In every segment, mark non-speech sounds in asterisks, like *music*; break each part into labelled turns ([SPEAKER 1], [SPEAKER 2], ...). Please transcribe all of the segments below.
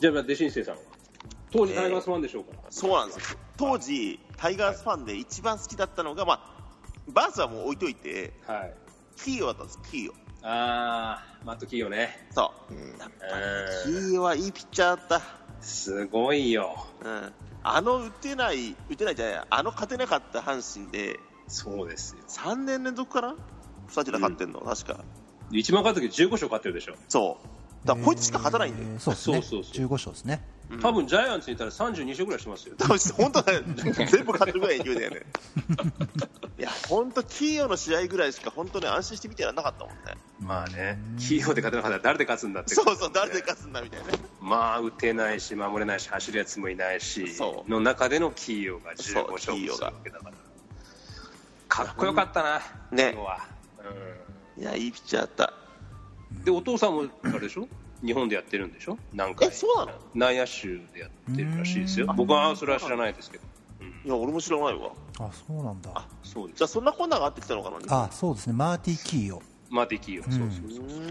[SPEAKER 1] じゃあ、弟子にしてさんは。当時タイガースファンでしょうから。
[SPEAKER 2] そうなんですよ当時タイガースファンで一番好きだったのが、まあ、バースはもう置いといて
[SPEAKER 1] はい。
[SPEAKER 2] キーヨだったんですキーヨ
[SPEAKER 1] あー、マットキーよね。
[SPEAKER 2] そう、
[SPEAKER 3] うん
[SPEAKER 2] やっぱキ
[SPEAKER 1] う
[SPEAKER 2] ーヨはいいピッチャーだっ
[SPEAKER 1] ん。すごいよ。
[SPEAKER 2] た、うん、あの打てない打てないじゃないあの勝てなかった阪神で
[SPEAKER 1] そうですよ。
[SPEAKER 2] 3年連続かな2桁勝ってんの、確か
[SPEAKER 1] 一番勝った時15勝勝ってるでしょ。
[SPEAKER 2] そうだからこいつしか勝たないんだよ、
[SPEAKER 3] えーそうですね
[SPEAKER 1] そうそうそう
[SPEAKER 3] 15勝ですね
[SPEAKER 2] うん
[SPEAKER 1] 多分ジャイアンツにいたら32勝ぐらいしてますよ。
[SPEAKER 2] 多分本当だよ全部勝ってるぐらいの勢いだよねいや本当キーヨの試合ぐらいしか本当に安心して見てらんなかったもんね
[SPEAKER 1] まあね、企業で勝てなかったら誰で勝つんだって。
[SPEAKER 2] そうそう誰で勝つんだみたいな
[SPEAKER 1] まあ、打てないし、守れないし、走るやつもいないし、
[SPEAKER 2] そう
[SPEAKER 1] の中での企業が15勝
[SPEAKER 2] そう
[SPEAKER 1] 負
[SPEAKER 2] 企
[SPEAKER 1] する
[SPEAKER 2] 業が
[SPEAKER 1] わけだから。かっこよかったな、企
[SPEAKER 2] ね
[SPEAKER 1] 業は。うん
[SPEAKER 2] いやいいピッチャーだった
[SPEAKER 1] でお父さんもあれでしょ日本でやってるんでしょ何回
[SPEAKER 2] えそうなの
[SPEAKER 1] 内野手でやってるらしいですよ僕はそれは知らないですけど
[SPEAKER 2] いや俺も知らないわ
[SPEAKER 3] あそうなんだ
[SPEAKER 1] そうです
[SPEAKER 2] じゃあそんなこんながあってきたのかな
[SPEAKER 3] あそうですねマーティー・キーヨ
[SPEAKER 1] まあできよそうそうそう
[SPEAKER 2] うー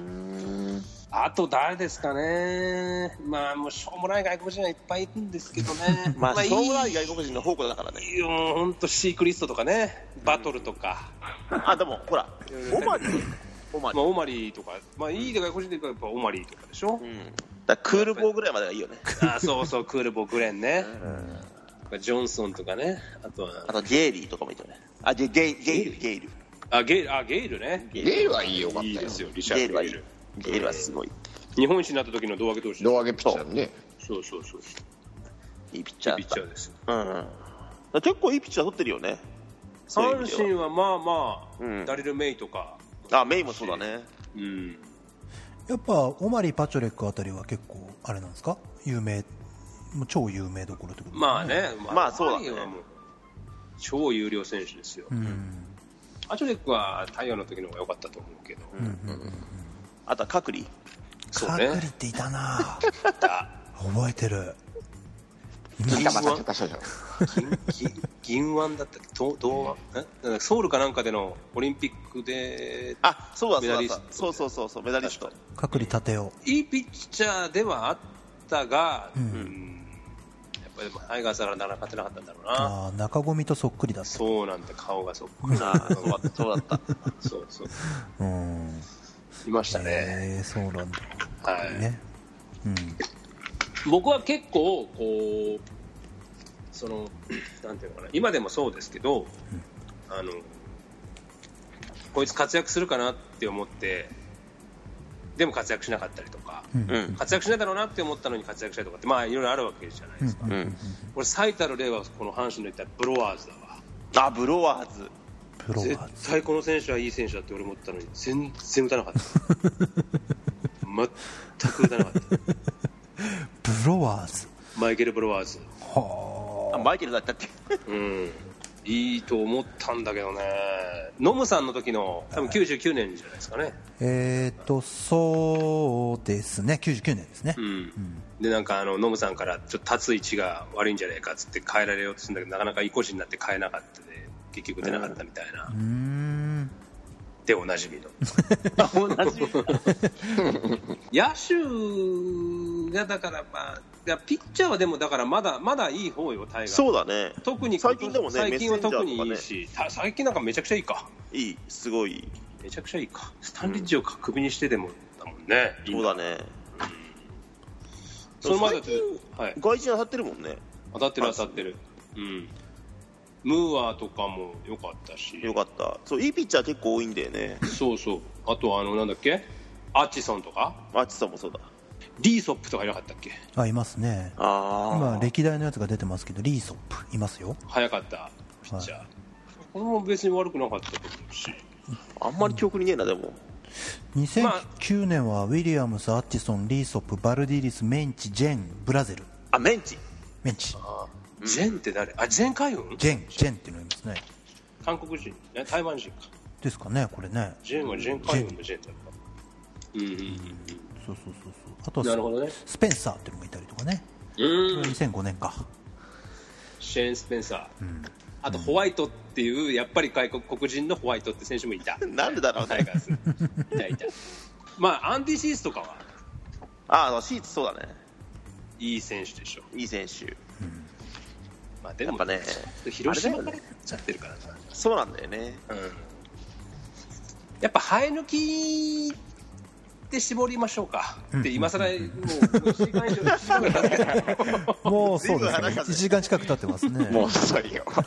[SPEAKER 2] ん
[SPEAKER 1] あと誰ですかねまあもうしょうもない外国人はいっぱいいるんですけどね
[SPEAKER 2] *laughs* まあしょうもない
[SPEAKER 1] い
[SPEAKER 2] 外国人の宝庫だからね
[SPEAKER 1] いよ本当シークリストとかねバトルとか、
[SPEAKER 2] *laughs* あでもほらオマリーオマリ
[SPEAKER 1] ま
[SPEAKER 2] ー
[SPEAKER 1] あオマリーとかまあいい外国人で言えばやっぱオマリーとかでしょ、
[SPEAKER 2] うんだからクールボーぐらいまでがいいよね
[SPEAKER 1] あそうそうクールボグレンね、ジョンソンとかねあとは
[SPEAKER 2] *laughs* あとゲイリーとかもいいよねあゲゲイゲイルゲイル
[SPEAKER 1] あゲイルあゲイルね
[SPEAKER 3] レイはいいよかった
[SPEAKER 1] いい
[SPEAKER 3] よ
[SPEAKER 1] ですよリシャ
[SPEAKER 2] ゲイ
[SPEAKER 1] ー
[SPEAKER 2] ル
[SPEAKER 1] ド・
[SPEAKER 2] は
[SPEAKER 1] ゲ
[SPEAKER 2] い
[SPEAKER 1] イ
[SPEAKER 2] い
[SPEAKER 1] ル
[SPEAKER 2] ゲイルはすごい
[SPEAKER 1] 日本一になった時の胴上げ投手
[SPEAKER 3] 胴上げピッチャーね
[SPEAKER 1] そうそうそう
[SPEAKER 2] いいピッチャー
[SPEAKER 1] ピッ
[SPEAKER 2] だ
[SPEAKER 1] チャ
[SPEAKER 2] っ
[SPEAKER 1] ーです
[SPEAKER 2] たうんだから結構いいピッチャー取ってるよねそう
[SPEAKER 1] 阪
[SPEAKER 2] いう意味で
[SPEAKER 1] 神はまあまあ、
[SPEAKER 2] うん
[SPEAKER 1] ダリル・メイとか、
[SPEAKER 2] はあメイもそうだね
[SPEAKER 1] うん、
[SPEAKER 3] やっぱオマリー・パチョレックあたりは結構あれなんですか有名もう超有名どころってこと
[SPEAKER 1] まあね、
[SPEAKER 2] まあそうだ
[SPEAKER 1] マ
[SPEAKER 2] ね
[SPEAKER 1] リーはもう超有料選手ですよ、
[SPEAKER 3] うん
[SPEAKER 1] アチョレックは太陽の時の方が良かったと思うけど、
[SPEAKER 2] あとはカクリ
[SPEAKER 1] そう
[SPEAKER 3] カ
[SPEAKER 1] ね
[SPEAKER 3] クリっていたな
[SPEAKER 1] あ
[SPEAKER 3] 覚えてる
[SPEAKER 1] 銀
[SPEAKER 4] また
[SPEAKER 1] 腕
[SPEAKER 4] 桁じゃん
[SPEAKER 1] 銀銀腕だったっけどどう、えなんかソウルかなんかでのオリンピックで
[SPEAKER 2] あそうだそ
[SPEAKER 1] メダ
[SPEAKER 2] う
[SPEAKER 1] リス
[SPEAKER 2] だ
[SPEAKER 1] ト
[SPEAKER 2] そうそうそうそうメダリスト
[SPEAKER 3] カクリ立てよ
[SPEAKER 1] いいピッチャーではあったが、うんんやっぱりでもタイガースならなら勝てなかったんだろうな。
[SPEAKER 3] ああ中込みとそっくりだっ
[SPEAKER 1] そうなんだ、顔がそっくり
[SPEAKER 2] あそうだったそうだった
[SPEAKER 1] そうそう。
[SPEAKER 3] たうん
[SPEAKER 1] いましたね。
[SPEAKER 3] えー、そうなんだ
[SPEAKER 1] はい
[SPEAKER 3] ねうん
[SPEAKER 1] 僕は結構、こう、その、なんていうのかな、今でもそうですけど、あの、こいつ活躍するかなって思って、でも活躍しなかったりとか、
[SPEAKER 3] うん
[SPEAKER 2] う
[SPEAKER 3] うん
[SPEAKER 2] ん
[SPEAKER 1] 活躍しないだろうなって思ったのに活躍したりとかって、まあいろいろあるわけじゃないですか。
[SPEAKER 2] うん
[SPEAKER 1] 俺、最たる例はこの阪神の言ったブロワーズだわ。
[SPEAKER 2] *laughs* あブロワーズ
[SPEAKER 3] プロ
[SPEAKER 1] 絶
[SPEAKER 3] は
[SPEAKER 1] 対この選手はいい選手だって俺思ったのに全然打たなか
[SPEAKER 2] *laughs*
[SPEAKER 1] った全く打たなかった
[SPEAKER 3] ブロワーズ
[SPEAKER 1] マイケル・ブロワーズ
[SPEAKER 2] あマイケルだったって
[SPEAKER 1] うんいいと思ったんだけどねノムさんの時の多分99年じゃないですかね、
[SPEAKER 3] えっ、ー、とそうですね99年ですね、
[SPEAKER 1] うんでなんかあのノムさんからちょっと立つ位置が悪いんじゃないかっつって変えられようとするんだけどなかなか意固地になって変えなかったで結局出なかったみたいな、
[SPEAKER 3] うーん
[SPEAKER 1] でおなじみ
[SPEAKER 2] *laughs*
[SPEAKER 1] の
[SPEAKER 2] 同じ
[SPEAKER 1] *laughs* 野手がだからまあいやピッチャーはでもだからまだまだいい方よタイガース
[SPEAKER 2] そうだね
[SPEAKER 1] 特に
[SPEAKER 2] 最近でもね
[SPEAKER 1] 最近は特にい
[SPEAKER 2] メッ
[SPEAKER 1] い
[SPEAKER 2] センジ
[SPEAKER 1] し、た最近なんかめちゃくちゃいいか
[SPEAKER 2] いいすごい
[SPEAKER 1] めちゃくちゃいいかスタンリッジをクビにしてでもだもんね、いい
[SPEAKER 2] そ
[SPEAKER 1] ん
[SPEAKER 2] うだね
[SPEAKER 1] その前だって
[SPEAKER 2] 最近
[SPEAKER 1] はい
[SPEAKER 2] 外人当たってるもんね
[SPEAKER 1] 当たってる当たってるうんムーアとかも良かったし
[SPEAKER 2] よかったそういいピッチャー結構多いんだよ *laughs* ね
[SPEAKER 1] そうそうあとはあのなんだっけアッチソンとか
[SPEAKER 2] アーチさんもそうだ
[SPEAKER 1] ディーソップとかいなかったっけ
[SPEAKER 3] あいますね今
[SPEAKER 2] あ
[SPEAKER 3] 歴代のやつが出てますけどリーソップいますよ
[SPEAKER 1] 早かったピッチャー、これも別に悪くなかったと思うし
[SPEAKER 2] あんまり記憶にねえなでも
[SPEAKER 3] 2009年はウィリアムス、アッチソン、リーソップ、バルディリス、メンチ、ジェン、ブラゼル、
[SPEAKER 2] あメンチ
[SPEAKER 3] メン
[SPEAKER 1] ジ
[SPEAKER 3] チ、
[SPEAKER 1] ェンって誰あジェン海運
[SPEAKER 3] ジェン、ジェンっていうのがいますね、
[SPEAKER 1] 韓国人ね台湾人か
[SPEAKER 3] ですかね、これね、
[SPEAKER 1] ジェンはジェン海運のジェンだったうんうんうん
[SPEAKER 3] そうそうそうそう、あとは
[SPEAKER 1] なるほどね
[SPEAKER 3] スペンサーっていうのがいたりとかね、
[SPEAKER 1] うん
[SPEAKER 3] 2005年か、
[SPEAKER 1] シェーン・スペンサー、あとホワイトっていうやっぱり外国黒人のホワイトって選手もいた
[SPEAKER 2] なんでだろうね
[SPEAKER 1] タイガースいたいたまあアンディ・シースとかは
[SPEAKER 2] ああシーツそうだね
[SPEAKER 1] いい選手でしょ。
[SPEAKER 2] いい選手。
[SPEAKER 1] まあで
[SPEAKER 2] やっ
[SPEAKER 1] も、
[SPEAKER 2] ぱね、
[SPEAKER 1] 広島
[SPEAKER 2] あ
[SPEAKER 1] か
[SPEAKER 2] れ
[SPEAKER 1] ら
[SPEAKER 2] だ
[SPEAKER 1] 行
[SPEAKER 2] よ
[SPEAKER 1] っちゃってるからな。
[SPEAKER 2] そうなんだよね。
[SPEAKER 1] うんやっぱ生え抜きで絞りましょうか。で今更もう1時間以上時間が経ってる
[SPEAKER 3] もうそ
[SPEAKER 2] 随
[SPEAKER 3] うです
[SPEAKER 2] 分
[SPEAKER 3] ね
[SPEAKER 2] 話が
[SPEAKER 3] 1時間近く経ってますね
[SPEAKER 2] もう遅いよ。
[SPEAKER 3] *laughs*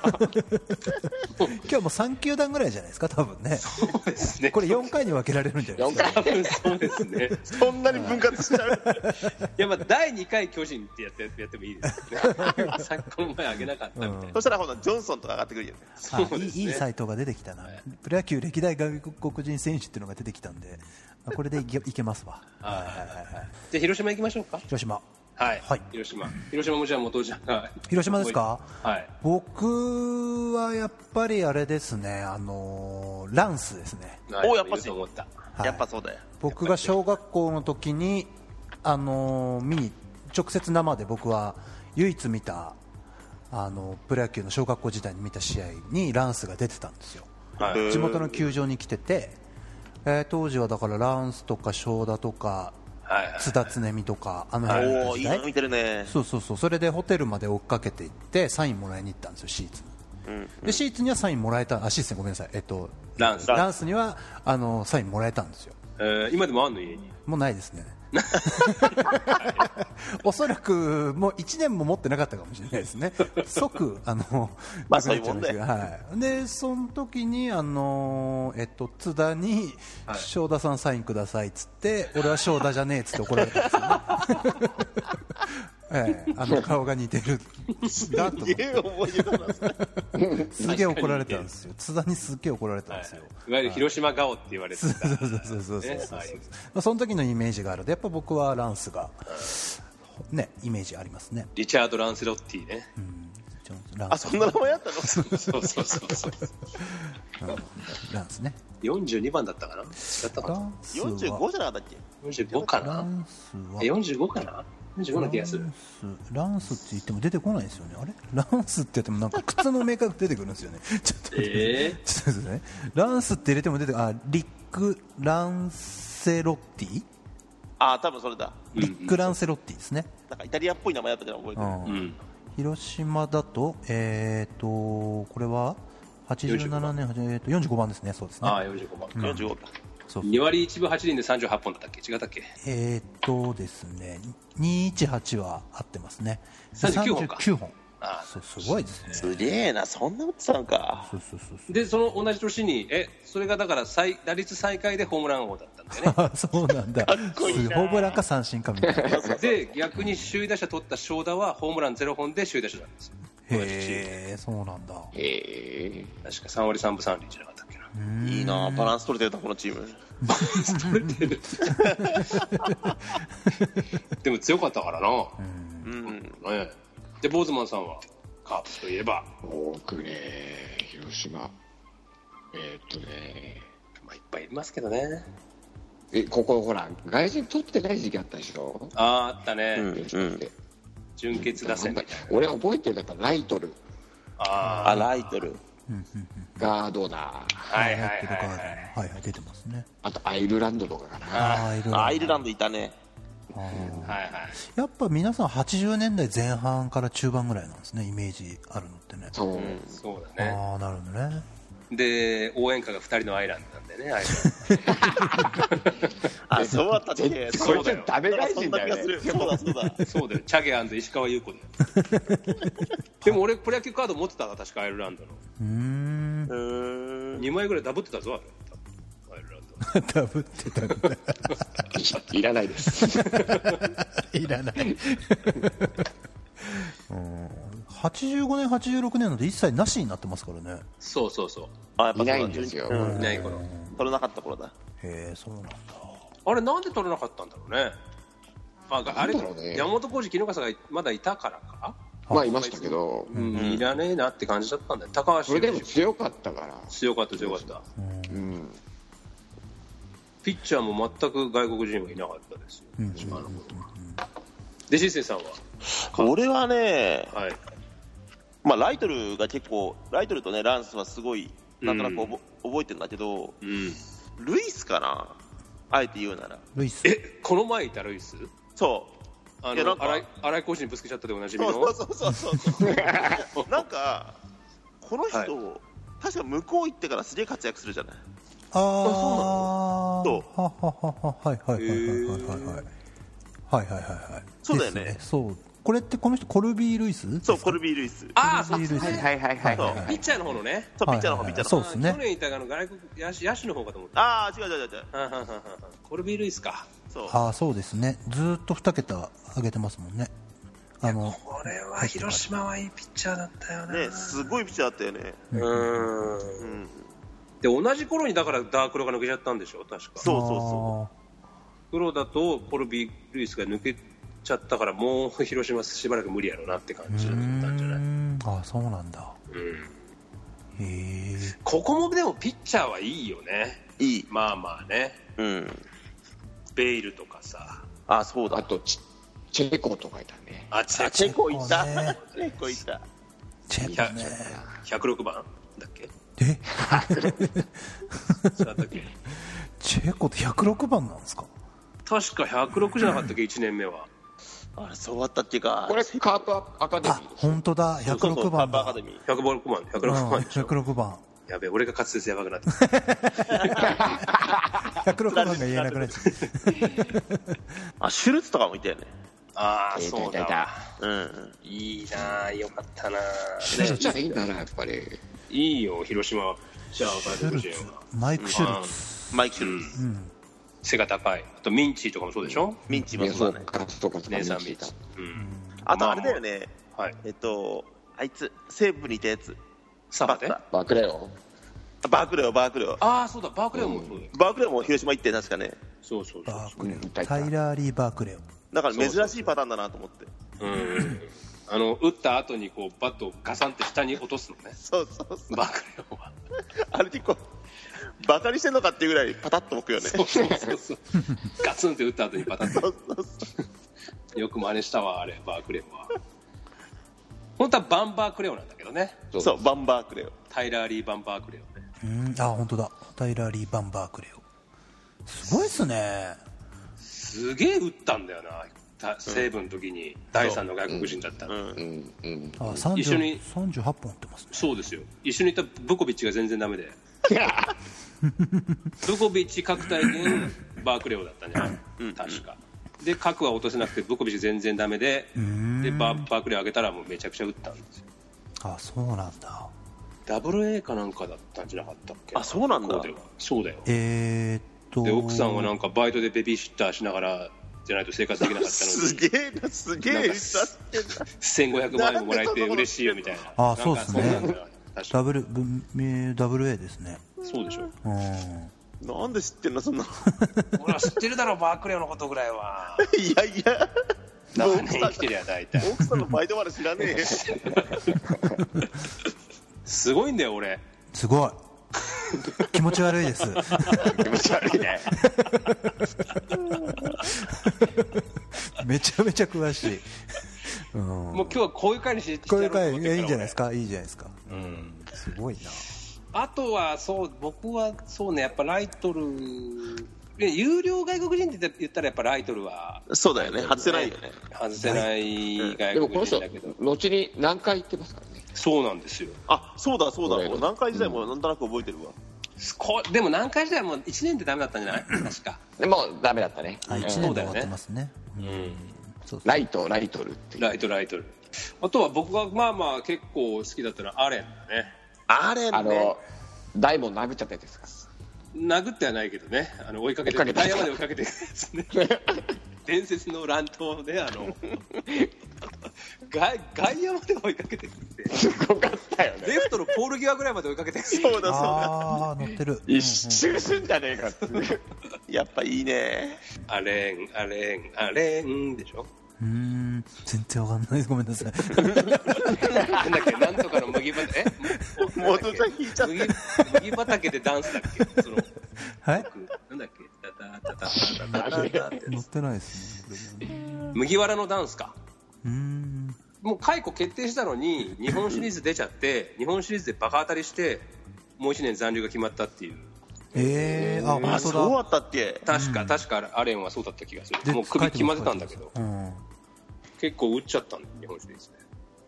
[SPEAKER 3] 今日はもう3球団ぐらいじゃないですか多分ね
[SPEAKER 1] そうですね。
[SPEAKER 3] これ4回に分けられるんじゃないです
[SPEAKER 1] 多
[SPEAKER 3] か
[SPEAKER 1] 分そうですね。
[SPEAKER 2] そんなに分割しちゃう。
[SPEAKER 1] いやまあ第2回巨人ってやってやってもいいですよね。さっきこの前あげなかったみたいな。
[SPEAKER 2] *laughs*
[SPEAKER 3] うん
[SPEAKER 2] そしたらほら、ジョンソンとか上がってくるよね。
[SPEAKER 3] あ
[SPEAKER 1] そう
[SPEAKER 3] い
[SPEAKER 1] で
[SPEAKER 3] い
[SPEAKER 1] すね
[SPEAKER 3] いいサイトが出てきたな、プロ野球歴代外国人選手っていうのが出てきたんで、あこれでい *laughs* けいけますわ、はいはいはいはい、
[SPEAKER 1] じゃあ広島行きましょうか。
[SPEAKER 3] 広島、
[SPEAKER 1] はい。
[SPEAKER 3] はい
[SPEAKER 1] 広島。広島もじゃあ元ちゃんが。
[SPEAKER 3] 広島ですか
[SPEAKER 1] はい。
[SPEAKER 3] 僕はやっぱりあれですね、あのーランスですね、
[SPEAKER 1] はい
[SPEAKER 2] おやっぱし
[SPEAKER 1] いると思った。
[SPEAKER 3] はい
[SPEAKER 2] やっぱそうだよ。
[SPEAKER 3] 僕が小学校の時にあのー見に直接生で僕は唯一見たあのプロ野球の小学校時代に見た試合にランスが出てたんですよ。
[SPEAKER 1] はい。
[SPEAKER 2] へー
[SPEAKER 3] 地元の球場に来てて、えー当時はだからランスとか正田とか
[SPEAKER 1] はいはい
[SPEAKER 3] 津田常美とかあの辺の
[SPEAKER 2] おお、い
[SPEAKER 3] 時
[SPEAKER 2] いの
[SPEAKER 3] 代
[SPEAKER 2] 見てるね。
[SPEAKER 3] そうそうそうそれでホテルまで追っかけて行ってサインもらいに行ったんですよシーツに、でシーツにはサインもらえたあシーツねごめんなさいえっと
[SPEAKER 1] ランス
[SPEAKER 3] ランスにはあのサインもらえたんですよ
[SPEAKER 1] えー今でもあんの家に。
[SPEAKER 3] もうないですね *laughs* おそらくもう1年も持ってなかったかもしれないですね、即あの、
[SPEAKER 2] *laughs* まあそういうもんだよ
[SPEAKER 3] はい、でその時にあのえっと津田に正田さんサインくださいっつって、俺は正田じゃねえっつって怒られたんですよね。
[SPEAKER 2] *laughs*
[SPEAKER 3] ええ、あの顔が似てるだと思っ
[SPEAKER 2] す
[SPEAKER 3] て
[SPEAKER 2] げえ思い出だな。
[SPEAKER 3] すげえ怒られたんですよ津田にすげえ怒られたんですよ、
[SPEAKER 1] いわゆる広島顔って言われて
[SPEAKER 3] そう
[SPEAKER 1] た。
[SPEAKER 3] そうそうそうそうそうそう、
[SPEAKER 1] はい
[SPEAKER 3] まあ、その時のイメージがあるでやっぱ僕はランスが、ね、イメージありますね、
[SPEAKER 1] リチャード・ランセロッティね。
[SPEAKER 3] ちょラン
[SPEAKER 2] あ、
[SPEAKER 3] ス
[SPEAKER 2] そんな名前あったの
[SPEAKER 1] そうそうそう *laughs* そう。
[SPEAKER 3] ランスね
[SPEAKER 1] 42番だったかな違ったか
[SPEAKER 3] ラ
[SPEAKER 1] な
[SPEAKER 3] ンスは
[SPEAKER 2] ?45 じゃなかったっけ
[SPEAKER 1] ?45 か
[SPEAKER 3] ラ
[SPEAKER 1] な
[SPEAKER 3] ンスは
[SPEAKER 1] え ?45 かな ?45 な気がする
[SPEAKER 3] ラン。スランスって言っても出てこないですよねあれランスって言ってもなんか靴のメーカーが出てくるんですよね *laughs* ちょっと待って
[SPEAKER 1] え
[SPEAKER 3] ちょっと待ってねランスって入れても出てあリック・ランセロッティ
[SPEAKER 2] あ、多分それだ。
[SPEAKER 1] え
[SPEAKER 3] リック・ランセロッティですね、
[SPEAKER 2] なんかイタリアっぽい名前だったじゃん、覚えてる。
[SPEAKER 3] うん
[SPEAKER 1] うんうん。
[SPEAKER 3] 広島だと、えー、とこれは87
[SPEAKER 1] 47
[SPEAKER 3] 年、えー、と45番ですね、そうです
[SPEAKER 1] あ
[SPEAKER 3] ね、
[SPEAKER 1] あ、45番か。
[SPEAKER 2] 45か。
[SPEAKER 3] そう
[SPEAKER 1] 2割1分8厘で38本だったっけ違ったっけ
[SPEAKER 3] えー、とですね218は合ってますね、
[SPEAKER 1] 39本か
[SPEAKER 3] 39本
[SPEAKER 1] あ
[SPEAKER 3] そうすごいですね、
[SPEAKER 2] すげえな、そんな打ってたのか。
[SPEAKER 3] そうそう *laughs* そうそう
[SPEAKER 1] で、その同じ年に、え、それがだから最打率最下位でホームラン王だったんだよね。
[SPEAKER 3] あそうなんだ、
[SPEAKER 2] こいい
[SPEAKER 3] す
[SPEAKER 2] な
[SPEAKER 3] ホームランか三振かみたいな、へ
[SPEAKER 1] *laughs* で、逆に首位打者取った正田はホームラン0本で首位打者なんですよ。
[SPEAKER 3] え、そうなんだ、
[SPEAKER 4] へえ。
[SPEAKER 1] 確か3割3分3厘じゃなかったっけな。
[SPEAKER 2] いいな、バランス取れてるな、このチーム。
[SPEAKER 1] でも強かったからな。
[SPEAKER 2] うん。
[SPEAKER 1] ねで、ボーズマンさんは、カープといえば、
[SPEAKER 4] 僕ね、広島。えーっとね、
[SPEAKER 1] まあ、いっぱいいますけどね。
[SPEAKER 4] え、ここほら、外人取ってない時期あったでしょ
[SPEAKER 1] あーあったね、
[SPEAKER 2] うんうん
[SPEAKER 1] 純潔打線みたいな。
[SPEAKER 4] 俺覚えてるだからライトル、
[SPEAKER 1] あ
[SPEAKER 2] あ、ライトル。
[SPEAKER 4] ガードナ
[SPEAKER 1] あ、
[SPEAKER 4] ー、
[SPEAKER 1] はいはい
[SPEAKER 3] や
[SPEAKER 1] は
[SPEAKER 3] って
[SPEAKER 1] い
[SPEAKER 3] るから
[SPEAKER 1] はい。
[SPEAKER 3] はいはい、出てますね、
[SPEAKER 4] あとアイルランドとかかな。
[SPEAKER 3] あーいるな
[SPEAKER 2] アイルランドいたね。
[SPEAKER 1] はいはい、
[SPEAKER 3] やっぱ皆さん、80年代前半から中盤ぐらいなんですね、イメージあるのってね、
[SPEAKER 4] そう、
[SPEAKER 1] そうだね。
[SPEAKER 3] ああ、なるほどね。
[SPEAKER 1] で、応援歌が2人のアイランドなんだよね、アイラン
[SPEAKER 2] あ、そうだったっけ。
[SPEAKER 4] これち
[SPEAKER 2] だ
[SPEAKER 4] ょっとダメ外人だよね。
[SPEAKER 2] そうだそう
[SPEAKER 1] *laughs*
[SPEAKER 2] だ。
[SPEAKER 1] ドそうだよ、チャゲ石川優子 *laughs* だよ。でも俺、プロ野球カード持ってたな、確かアイルランドの。
[SPEAKER 3] うーん *laughs*
[SPEAKER 2] うーん。
[SPEAKER 1] 2枚ぐらいダブってたぞ、あれアイルランド。
[SPEAKER 3] ダブってたんだ
[SPEAKER 4] いらないです。
[SPEAKER 3] いらない85年86年ので一切なしになってますからね
[SPEAKER 1] そうそうそう。
[SPEAKER 2] あ、やっぱそ
[SPEAKER 4] い
[SPEAKER 2] う
[SPEAKER 4] な
[SPEAKER 2] だ
[SPEAKER 4] いんですよ。
[SPEAKER 1] いない頃。
[SPEAKER 2] 取れなかった頃だ。
[SPEAKER 3] へえそうなんだ
[SPEAKER 1] あれ、なんで取れなかったんだろうね。あがあれ、
[SPEAKER 4] なんだろうね
[SPEAKER 1] 山本浩二、衣笠がまだいたからか、
[SPEAKER 4] まあいましたけど、
[SPEAKER 1] うんいらねえなって感じだったんだよ。高
[SPEAKER 4] そ
[SPEAKER 1] 橋
[SPEAKER 4] れで
[SPEAKER 1] 由
[SPEAKER 4] も
[SPEAKER 1] 伸
[SPEAKER 4] 強かったから。
[SPEAKER 1] 強かった、強かった。
[SPEAKER 4] うん。
[SPEAKER 1] ピッチャーも全く外国人はいなかったですよ、島のことは。で、シスさんは、
[SPEAKER 2] 俺はね、
[SPEAKER 1] はい、
[SPEAKER 2] まあライトルが結構、ライトルとね、ランスはすごい、なんとなくおぼ覚えてるんだけど、
[SPEAKER 1] うん、
[SPEAKER 2] ルイスかなあえて言うなら。
[SPEAKER 3] ルイス
[SPEAKER 1] えこの前いたルイス
[SPEAKER 2] そ
[SPEAKER 1] あ
[SPEAKER 2] いやな
[SPEAKER 1] の
[SPEAKER 2] んか
[SPEAKER 1] 荒井荒井コーチにぶつけちゃったでおなじみの
[SPEAKER 2] そうそうそうそう
[SPEAKER 4] *laughs*
[SPEAKER 2] そう。なんか、この人、確か向こう行ってからすげえ活躍するじゃない。
[SPEAKER 3] ああ
[SPEAKER 2] そう
[SPEAKER 3] はははははいはいはいはいはいはいはいはいはいはい
[SPEAKER 2] そうだよね
[SPEAKER 3] ですそうこれってこの人コルビー・ルイス
[SPEAKER 2] そう、コルビー・ルイス。
[SPEAKER 1] ああ
[SPEAKER 3] コ
[SPEAKER 1] そ
[SPEAKER 3] ル
[SPEAKER 1] う
[SPEAKER 3] ビー・ルイス
[SPEAKER 5] はいはいはいはい
[SPEAKER 2] そう
[SPEAKER 5] は
[SPEAKER 1] ピ
[SPEAKER 5] い
[SPEAKER 1] ッチャーの方のね
[SPEAKER 2] そう、ピッチャーの方、
[SPEAKER 3] はいはいはい
[SPEAKER 2] ピッチャーの
[SPEAKER 3] そ
[SPEAKER 2] 方
[SPEAKER 3] う。ですね
[SPEAKER 1] あー去年いたあの外国野手野手の方かと思った
[SPEAKER 2] ああ、違う違う違う違う。
[SPEAKER 1] はんはんはんはんコルビー・ルイスか
[SPEAKER 2] そう。
[SPEAKER 3] ああそうですねずーっと2桁上げてますもんねあの
[SPEAKER 1] これは広島はいいピッチャーだったよ
[SPEAKER 2] ね、すごいピッチャーだったよね。
[SPEAKER 1] う
[SPEAKER 2] う
[SPEAKER 1] ーん
[SPEAKER 2] ん。
[SPEAKER 1] で同じ頃にだからダークロが抜けちゃったんでしょ確か
[SPEAKER 2] そうそうそ
[SPEAKER 1] 黒だとコルビー・ルイスが抜けちゃったからもう広島しばらく無理やろうなって感じだったんじゃない
[SPEAKER 3] あーあーそうなんだ
[SPEAKER 1] うん
[SPEAKER 3] へえ
[SPEAKER 1] ここもでもピッチャーはいいよね
[SPEAKER 2] いい。
[SPEAKER 1] まあまあね
[SPEAKER 2] うん。
[SPEAKER 1] ベイルとかさ
[SPEAKER 2] あ、そう
[SPEAKER 4] あ
[SPEAKER 2] だ。
[SPEAKER 4] とチチェコとかいたね
[SPEAKER 1] あチ
[SPEAKER 2] あ、チェコ行った。
[SPEAKER 3] チ
[SPEAKER 2] チ
[SPEAKER 3] ェ
[SPEAKER 2] ェコ行った。
[SPEAKER 3] チェ
[SPEAKER 4] い
[SPEAKER 3] ッ
[SPEAKER 4] や
[SPEAKER 3] プね
[SPEAKER 1] 106番だっけ *laughs*
[SPEAKER 3] え
[SPEAKER 1] 違ったっけ
[SPEAKER 3] チェコって106番なんですか
[SPEAKER 1] 確か106じゃなかったっけ1年目は
[SPEAKER 2] あれ、そうだったっていうか。
[SPEAKER 4] これカープアカデミ
[SPEAKER 3] あ
[SPEAKER 4] ーです
[SPEAKER 3] 本当だ
[SPEAKER 2] そうそうそう
[SPEAKER 3] 106番
[SPEAKER 2] パパアカ
[SPEAKER 3] だ
[SPEAKER 2] デミー。
[SPEAKER 1] 106番
[SPEAKER 3] うん
[SPEAKER 1] 106番でしょ
[SPEAKER 3] 106番
[SPEAKER 1] やべえ俺が滑舌やばくなってきた
[SPEAKER 3] 106番が言えなくなっちゃった
[SPEAKER 2] あ、シュルツとかもいたよね。
[SPEAKER 1] ああ
[SPEAKER 4] い
[SPEAKER 1] そう
[SPEAKER 4] た
[SPEAKER 1] だ
[SPEAKER 4] いた
[SPEAKER 1] わ
[SPEAKER 2] うんうん。
[SPEAKER 1] いいなあよかったなあ
[SPEAKER 4] シ *laughs* ュルツはいいんだなやっぱり
[SPEAKER 1] いいよ広島じゃあ
[SPEAKER 3] シュルツマイク・シュルツ
[SPEAKER 2] マイク・シュルツ。
[SPEAKER 1] 背が高いあとミンチーとかもそうでしょ
[SPEAKER 2] ミンチも
[SPEAKER 4] ね
[SPEAKER 2] そ
[SPEAKER 4] そうう
[SPEAKER 2] だね。
[SPEAKER 4] カツとかとか
[SPEAKER 1] 姉さん
[SPEAKER 4] 見
[SPEAKER 1] ミン
[SPEAKER 4] てた
[SPEAKER 1] チうん
[SPEAKER 2] あと、あれだよね。
[SPEAKER 1] はい
[SPEAKER 2] えっと、あいつ、西武にいたやつ。
[SPEAKER 1] サバで
[SPEAKER 2] バッタ
[SPEAKER 4] バクレオ
[SPEAKER 2] ーバークレオ、バークレオ。
[SPEAKER 1] ああそうだバークレーもそうだよ
[SPEAKER 2] バークレオも広島行って、確かね。
[SPEAKER 1] そうそうそう
[SPEAKER 3] バークレ
[SPEAKER 4] うん
[SPEAKER 3] オ
[SPEAKER 4] いたいた
[SPEAKER 3] タイラー・リー・バークレオ
[SPEAKER 2] だから珍しいパターンだなと思って。
[SPEAKER 1] うんあの打った後にこうバットをガサンって下に落とすのね
[SPEAKER 2] そうそうそう。
[SPEAKER 1] バークレー *laughs* は
[SPEAKER 2] あれ結構、バカにしてんのかっていうぐらいパタッと置くよね。
[SPEAKER 1] そうそうそうそうガツンって打った後にバタッとよく真似したわあれバークレーは本当はバンバークレオなんだけどね
[SPEAKER 2] そう、バンバークレオ。
[SPEAKER 1] タイラー・リー・バンバークレオね
[SPEAKER 3] うんあ本当だタイラー・リー・バンバークレオすごいっすね
[SPEAKER 1] すげえ打ったんだよなた西武の時に第3の外国人だったの
[SPEAKER 4] うんうん
[SPEAKER 3] あ
[SPEAKER 1] 一緒
[SPEAKER 3] 30
[SPEAKER 1] に
[SPEAKER 3] 38本打ってますね
[SPEAKER 1] そうですよ一緒にいたブコビッチが全然ダメ *laughs* でブコビッチ角対元バークレオだったんじゃない確かで角は落とせなくてブコビッチ全然ダメででババークレオ上げたらもうめちゃくちゃ打ったんですよ
[SPEAKER 3] あそうなんだ
[SPEAKER 1] ダブル A かなんかだったんじゃなかったっけ
[SPEAKER 2] あそうなん
[SPEAKER 1] 向
[SPEAKER 2] だ
[SPEAKER 1] こうではそうだよ
[SPEAKER 3] えー、っと
[SPEAKER 1] で奥さんはなんかバイトでベビーシッターしながらじゃないと生活できなかったの
[SPEAKER 2] す
[SPEAKER 1] *laughs* に
[SPEAKER 2] げえな、すげえ
[SPEAKER 1] なんか
[SPEAKER 2] 立派ってん
[SPEAKER 1] 1500万円もらえて嬉しいよみたいな
[SPEAKER 3] あそうですね
[SPEAKER 1] なんかそんなんだよ確か
[SPEAKER 3] ダブルぶえーダブル A ですね
[SPEAKER 1] そうでしょ
[SPEAKER 3] うん
[SPEAKER 2] な。なんで知ってんの、そ *laughs* んな。
[SPEAKER 1] ほら知ってるだろバークレオのことぐらいはい
[SPEAKER 2] やいや。
[SPEAKER 1] 長年生きてりゃ大体
[SPEAKER 2] 奥さんのバイトまで知らねえよ。
[SPEAKER 1] すごいんだよ俺
[SPEAKER 3] すごい気持ち悪い *laughs* です
[SPEAKER 4] 気持ち悪い
[SPEAKER 3] *laughs*
[SPEAKER 4] ね
[SPEAKER 3] めちゃめちゃ詳しい、うん、
[SPEAKER 1] もう今日はこういう回にして
[SPEAKER 3] こういう回
[SPEAKER 1] して
[SPEAKER 3] い
[SPEAKER 1] や
[SPEAKER 3] やい
[SPEAKER 1] ろ
[SPEAKER 3] い
[SPEAKER 1] うんと思ってる
[SPEAKER 3] じゃないですかいいじゃないですか
[SPEAKER 1] ら俺うん
[SPEAKER 3] すごいな
[SPEAKER 1] あとはそう僕はそうねやっぱライトルで有料外国人って言ったらやっぱライトルは
[SPEAKER 2] *laughs* そうだよね、外せないよね。
[SPEAKER 1] 外せない
[SPEAKER 4] で
[SPEAKER 1] 外
[SPEAKER 4] もこの
[SPEAKER 1] 国
[SPEAKER 4] 人
[SPEAKER 1] 人だけど
[SPEAKER 4] 後に何回行ってますからね
[SPEAKER 1] そうなんですよ
[SPEAKER 2] あ、そうだそうだ、
[SPEAKER 4] これ
[SPEAKER 2] 俺南海時代もなんとなく覚えてるわ。
[SPEAKER 1] すこでも南海時代はもう1年でダメだったんじゃない確か
[SPEAKER 4] でもうダメだったね
[SPEAKER 3] あ1年で終わってますねそう
[SPEAKER 4] ライトライトルっていう
[SPEAKER 1] ライトルライトルあとは僕がまあまあ結構好きだったのはアレンだね
[SPEAKER 2] あれ
[SPEAKER 4] あ
[SPEAKER 2] ね
[SPEAKER 4] の。大門殴っちゃったやつです *laughs* か
[SPEAKER 1] 殴ってはないけどね、あの追いかけて、
[SPEAKER 4] 追っかけて
[SPEAKER 1] ダイヤまで追いかけてくるやつね、伝説の乱闘で、あの *laughs* 外外野まで追いかけてくって、
[SPEAKER 4] すごかったよね
[SPEAKER 1] レフトのポール際ぐらいまで追いかけてくる
[SPEAKER 2] そうだそうだ。
[SPEAKER 3] ああ乗ってる
[SPEAKER 4] 一周すんじゃねえかっていう
[SPEAKER 2] やっぱいいね。
[SPEAKER 1] アレン、アレン、アレンでしょ、
[SPEAKER 3] うーん全然わかんないですごめんなさい
[SPEAKER 1] なんだっけ、なんとかの麦畑、え
[SPEAKER 2] 元ちゃん引いちゃった
[SPEAKER 1] 麦麦畑でダンスだっけ、その
[SPEAKER 3] はい
[SPEAKER 1] なんだっけ、タタタタタタタタって
[SPEAKER 3] 乗ってないですね
[SPEAKER 1] 麦わらのダンスか。
[SPEAKER 3] うーん
[SPEAKER 1] もう解雇決定したのに *laughs* 日本シリーズ出ちゃって日本シリーズでバカ当たりしてもう1年残留が決まったっていう
[SPEAKER 3] えー、あ
[SPEAKER 2] あ、
[SPEAKER 3] 本
[SPEAKER 2] そうだ
[SPEAKER 3] 当
[SPEAKER 2] ったっけ。
[SPEAKER 1] 確か、確かアレンはそうだった気がす
[SPEAKER 3] で
[SPEAKER 1] るもう首決まってたんだけど
[SPEAKER 3] だ、うん、
[SPEAKER 1] 結構打っちゃったんで、日本シリーズね。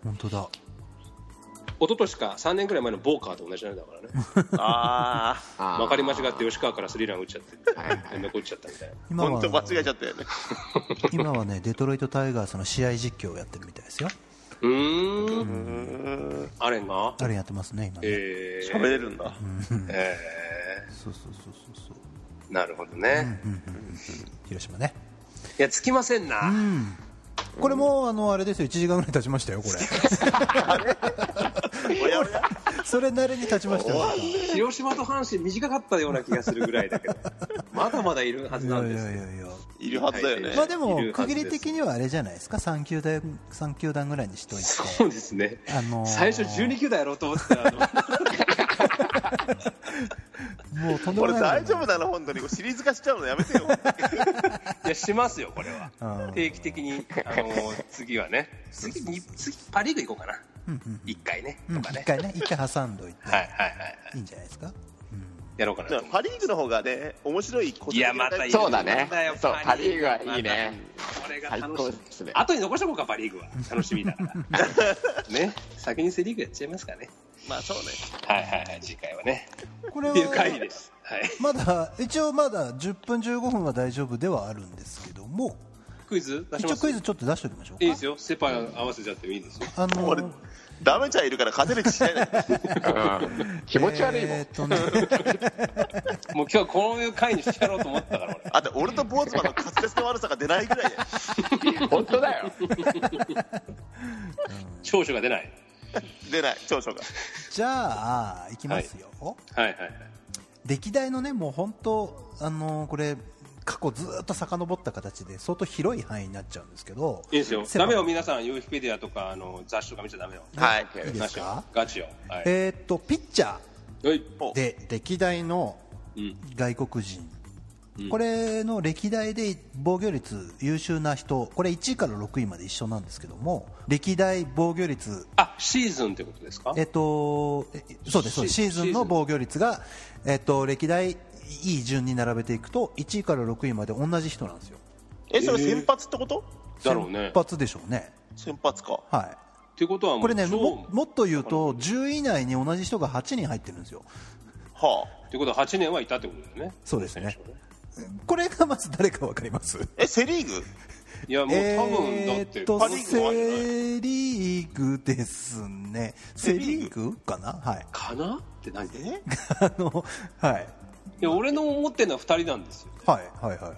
[SPEAKER 3] 本当だ
[SPEAKER 1] 一昨年か3年ぐらい前のボーカーと同じなんだからね、
[SPEAKER 2] あ
[SPEAKER 4] あー
[SPEAKER 1] 分かり間違って吉川からスリーラン打っちゃって
[SPEAKER 4] はいはい、
[SPEAKER 1] 連絡打っちゃったみたいな。
[SPEAKER 2] あ、
[SPEAKER 3] 今
[SPEAKER 2] 本
[SPEAKER 3] は
[SPEAKER 2] 当間違えちゃったよね。
[SPEAKER 3] 今はねデトロイト・タイガースの試合実況をやってるみたいですよ
[SPEAKER 1] うーん、あれが、
[SPEAKER 3] あれやってますね今ね、
[SPEAKER 1] えー
[SPEAKER 2] 喋れるんだ。
[SPEAKER 1] え
[SPEAKER 3] そうそうそうそうそう
[SPEAKER 1] ーなるほどね、
[SPEAKER 3] 広島ね
[SPEAKER 1] いや、つきませんな、
[SPEAKER 3] これもうあのあれですよ1時間ぐらい経ちました
[SPEAKER 1] *laughs*
[SPEAKER 3] よこれ
[SPEAKER 2] おやおや
[SPEAKER 3] *laughs* それなりに経ちましたよい
[SPEAKER 1] 広島と阪神、短かったような気がするぐらいだけど、まだまだいるはずな
[SPEAKER 3] や
[SPEAKER 1] ん
[SPEAKER 3] い
[SPEAKER 1] です
[SPEAKER 3] やい
[SPEAKER 1] よ
[SPEAKER 3] やいや
[SPEAKER 2] いるはずだよね。
[SPEAKER 3] まあでも
[SPEAKER 1] いるは
[SPEAKER 3] 区
[SPEAKER 1] ず
[SPEAKER 3] 切
[SPEAKER 1] です
[SPEAKER 3] り的にはあれじゃないですか3球団三球団ぐらいにしといて
[SPEAKER 1] そうですね、
[SPEAKER 3] あのー
[SPEAKER 1] 最初、12球団やろうと思ってたら、あの
[SPEAKER 3] もうとんでも
[SPEAKER 2] これ
[SPEAKER 3] ない
[SPEAKER 2] 大丈夫なの本当に。シリーズ化しちゃうのやめてよ。
[SPEAKER 1] いや、しますよ、これは。
[SPEAKER 3] うん
[SPEAKER 1] 定期的に、あのー次はね、次に、次、パ・リーグ行こうかな、1回ね、
[SPEAKER 3] うん
[SPEAKER 1] とか
[SPEAKER 3] 一
[SPEAKER 1] ね、
[SPEAKER 3] 回ね一回挟んどいて
[SPEAKER 1] はいはいはい、
[SPEAKER 3] いいんじゃないですか
[SPEAKER 1] やろうかなと
[SPEAKER 2] だか
[SPEAKER 1] 思
[SPEAKER 2] ら
[SPEAKER 1] って
[SPEAKER 2] パ・リーグの方がね、面白い個性
[SPEAKER 1] い
[SPEAKER 2] 的
[SPEAKER 1] や、
[SPEAKER 2] な
[SPEAKER 1] ま
[SPEAKER 2] タ
[SPEAKER 1] た
[SPEAKER 2] イプ
[SPEAKER 4] そうだね
[SPEAKER 1] またやっぱり
[SPEAKER 4] そうパリーグはいいね
[SPEAKER 1] またこれが
[SPEAKER 4] 最
[SPEAKER 1] 楽し
[SPEAKER 4] 高
[SPEAKER 1] み
[SPEAKER 4] ですね。
[SPEAKER 1] 後に残しておこうか、パ・リーグは。楽しみだから。ね、先にセ・リーグやっちゃいますかね。
[SPEAKER 2] まあそうね。
[SPEAKER 1] はいはいはい、次回はね。
[SPEAKER 3] これ
[SPEAKER 1] っていう回です。はい。
[SPEAKER 3] まだ一応まだ10分15分は大丈夫ではあるんですけども
[SPEAKER 1] クイズ出し
[SPEAKER 3] 一
[SPEAKER 1] ま
[SPEAKER 3] 応
[SPEAKER 1] す
[SPEAKER 3] クイズちょっと出しておきましょうか
[SPEAKER 1] いいですよ。セ・パ合わせちゃってもいいですよ。
[SPEAKER 3] あの
[SPEAKER 2] 俺ダメちゃんいるから勝てる気しないね。
[SPEAKER 4] うん気持ち悪いもん
[SPEAKER 3] えー。っとね
[SPEAKER 1] もう今日はこういう回にしてやろうと思ったから、俺。
[SPEAKER 2] あと俺とボーツマンの滑舌の悪さが出ないぐらいだよ
[SPEAKER 4] 本当だよ。
[SPEAKER 1] 長所が出ない。
[SPEAKER 2] 出ない長所が
[SPEAKER 3] じゃあいきますよ、
[SPEAKER 1] はいはいはい。
[SPEAKER 3] 歴代のねもう本当あのこれ過去ずーっと遡った形で相当広い範囲になっちゃうんですけど
[SPEAKER 1] いいですよ。
[SPEAKER 3] 狭
[SPEAKER 1] ダ
[SPEAKER 3] い
[SPEAKER 1] メよ、皆さん。ユーフィペディアとか、あの、雑誌とか見ちゃダメよ。
[SPEAKER 2] はい
[SPEAKER 3] いいですか
[SPEAKER 1] ガチよ。はい。
[SPEAKER 3] えーっとピッチャ
[SPEAKER 1] はい。
[SPEAKER 3] ーで歴代の
[SPEAKER 1] うん。
[SPEAKER 3] 外国人、これの歴代で防御率優秀な人これ1位から6位まで一緒なんですけども歴代防御率
[SPEAKER 1] あ、シーズンってことですか
[SPEAKER 3] えっと、えそうですそうですシ
[SPEAKER 1] シ
[SPEAKER 3] ーズンの防御率が、えっと、歴代いい順に並べていくと1位から6位まで同じ人なんですよ
[SPEAKER 2] えそれ先発ってこと
[SPEAKER 1] だろうね
[SPEAKER 3] 一。発でしょうね、
[SPEAKER 2] 先発か
[SPEAKER 3] は、
[SPEAKER 1] ってことはいも
[SPEAKER 3] これね
[SPEAKER 1] そう
[SPEAKER 3] ももっと言うと10位以内に同じ人が8人入ってるんですよ
[SPEAKER 2] はあ
[SPEAKER 1] ってことは8年はいたってことですね。
[SPEAKER 3] そうですねこれがまず誰か分かります
[SPEAKER 2] えセ・リーグ
[SPEAKER 1] いや、もう多分だっ
[SPEAKER 3] えー
[SPEAKER 1] て、
[SPEAKER 3] っと
[SPEAKER 2] パリーグもあるよね
[SPEAKER 3] セ・リーグですねセ・リーグかなはい
[SPEAKER 1] かなって何い
[SPEAKER 2] え
[SPEAKER 3] あのはい
[SPEAKER 1] や、俺の思ってるのは2人なんですよ。
[SPEAKER 3] はいはいはいはい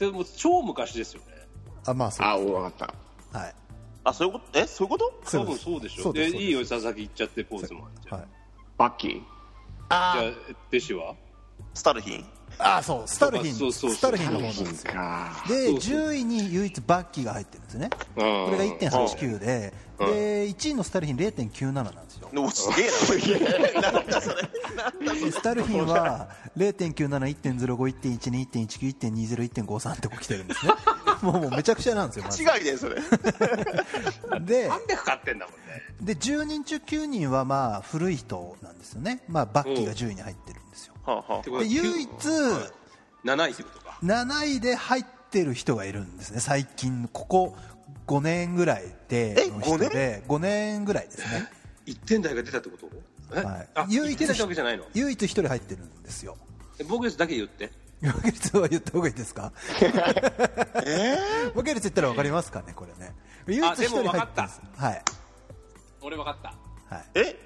[SPEAKER 1] でも、超昔ですよね。
[SPEAKER 3] あまあそう
[SPEAKER 4] *laughs* あ、
[SPEAKER 3] で
[SPEAKER 4] おわかっ
[SPEAKER 3] すはい
[SPEAKER 2] あそういうことえそういうこと
[SPEAKER 1] 多分そうでしょ。
[SPEAKER 3] そう
[SPEAKER 1] で、
[SPEAKER 3] です
[SPEAKER 1] いいよ、佐々木行っちゃって、ポーズも。じゃ
[SPEAKER 3] は
[SPEAKER 1] あ
[SPEAKER 3] い、
[SPEAKER 4] た。バッキー。
[SPEAKER 1] じゃあ弟子は
[SPEAKER 2] スタルヒン
[SPEAKER 3] あーそうスタルヒン
[SPEAKER 1] そうそうそう
[SPEAKER 3] スタルヒンの方なんです
[SPEAKER 4] 金
[SPEAKER 3] よ
[SPEAKER 4] か。
[SPEAKER 3] で
[SPEAKER 1] そうそう
[SPEAKER 3] 10位に唯一バッキーが入ってるんですよね、これが1.89で、で1位のスタルヒン0.97なんですよ、
[SPEAKER 2] おすげえなすげえなんだそれ
[SPEAKER 3] でスタルヒ
[SPEAKER 1] *laughs*
[SPEAKER 3] ンは0.97、1.05、1.12、1.19、1.20、1.53ってこう来てる
[SPEAKER 1] *laughs*
[SPEAKER 3] んですね、もうもうめちゃくちゃなんですよ、まず
[SPEAKER 2] 違いでそれ
[SPEAKER 3] で
[SPEAKER 1] 300買ってんだもんね。
[SPEAKER 3] で10人中9人はまあ古い人なんですよね、まあ、バッキーが10位に入ってるんですよ、
[SPEAKER 2] はあは
[SPEAKER 1] って
[SPEAKER 2] あ
[SPEAKER 1] こと
[SPEAKER 3] で
[SPEAKER 1] は
[SPEAKER 3] 唯一
[SPEAKER 1] 7位ってことか。
[SPEAKER 3] 7位で入ってる人がいるんですね、最近、ここ5年ぐらいでの人で、5年ぐらいですね。
[SPEAKER 1] 1点台が出たってことえ
[SPEAKER 3] はい
[SPEAKER 1] あ、
[SPEAKER 3] 唯
[SPEAKER 1] 1
[SPEAKER 3] 一
[SPEAKER 1] 点台ってわけじゃないの
[SPEAKER 3] 唯一一人入ってるんですよ *laughs*
[SPEAKER 1] 防御率だけ言って。
[SPEAKER 3] 分け率は言った方がいいで
[SPEAKER 1] *laughs*
[SPEAKER 3] すか分け率言ったら分かりますかねこれね唯一一人入ってますはい
[SPEAKER 1] 俺分かった。
[SPEAKER 3] はい
[SPEAKER 2] え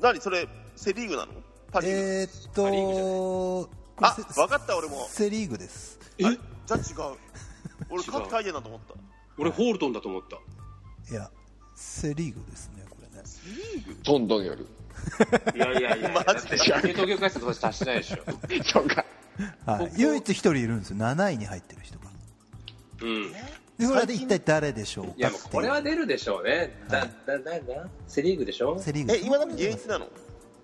[SPEAKER 2] 何それセ・リーグなのパ・リーグ
[SPEAKER 3] えーっと
[SPEAKER 1] パリーグじゃない
[SPEAKER 3] これ
[SPEAKER 2] あ
[SPEAKER 3] せ
[SPEAKER 2] 分かった俺も
[SPEAKER 3] セ・リーグです
[SPEAKER 2] あ
[SPEAKER 1] え
[SPEAKER 2] じゃあ違う俺
[SPEAKER 1] 違う
[SPEAKER 2] 勝海だと思った
[SPEAKER 1] 俺、ホールトンだと思った。
[SPEAKER 3] いやセ・リーグですねこれね
[SPEAKER 4] どんどんより。
[SPEAKER 1] いやいやい
[SPEAKER 3] *laughs*
[SPEAKER 1] や、
[SPEAKER 2] *laughs* マジ
[SPEAKER 1] だって
[SPEAKER 2] で
[SPEAKER 1] 東京回数と達してないでしょ。
[SPEAKER 4] そうか。
[SPEAKER 3] はい唯一一人いるんですよ7位に入ってる人が
[SPEAKER 1] うん。
[SPEAKER 3] でこれで一体誰でしょうか
[SPEAKER 1] いや、もうこれは出るでしょうね。だ、だ、だ、だ、セリーグでしょ
[SPEAKER 3] セ・リーグ
[SPEAKER 2] え今だって現役なの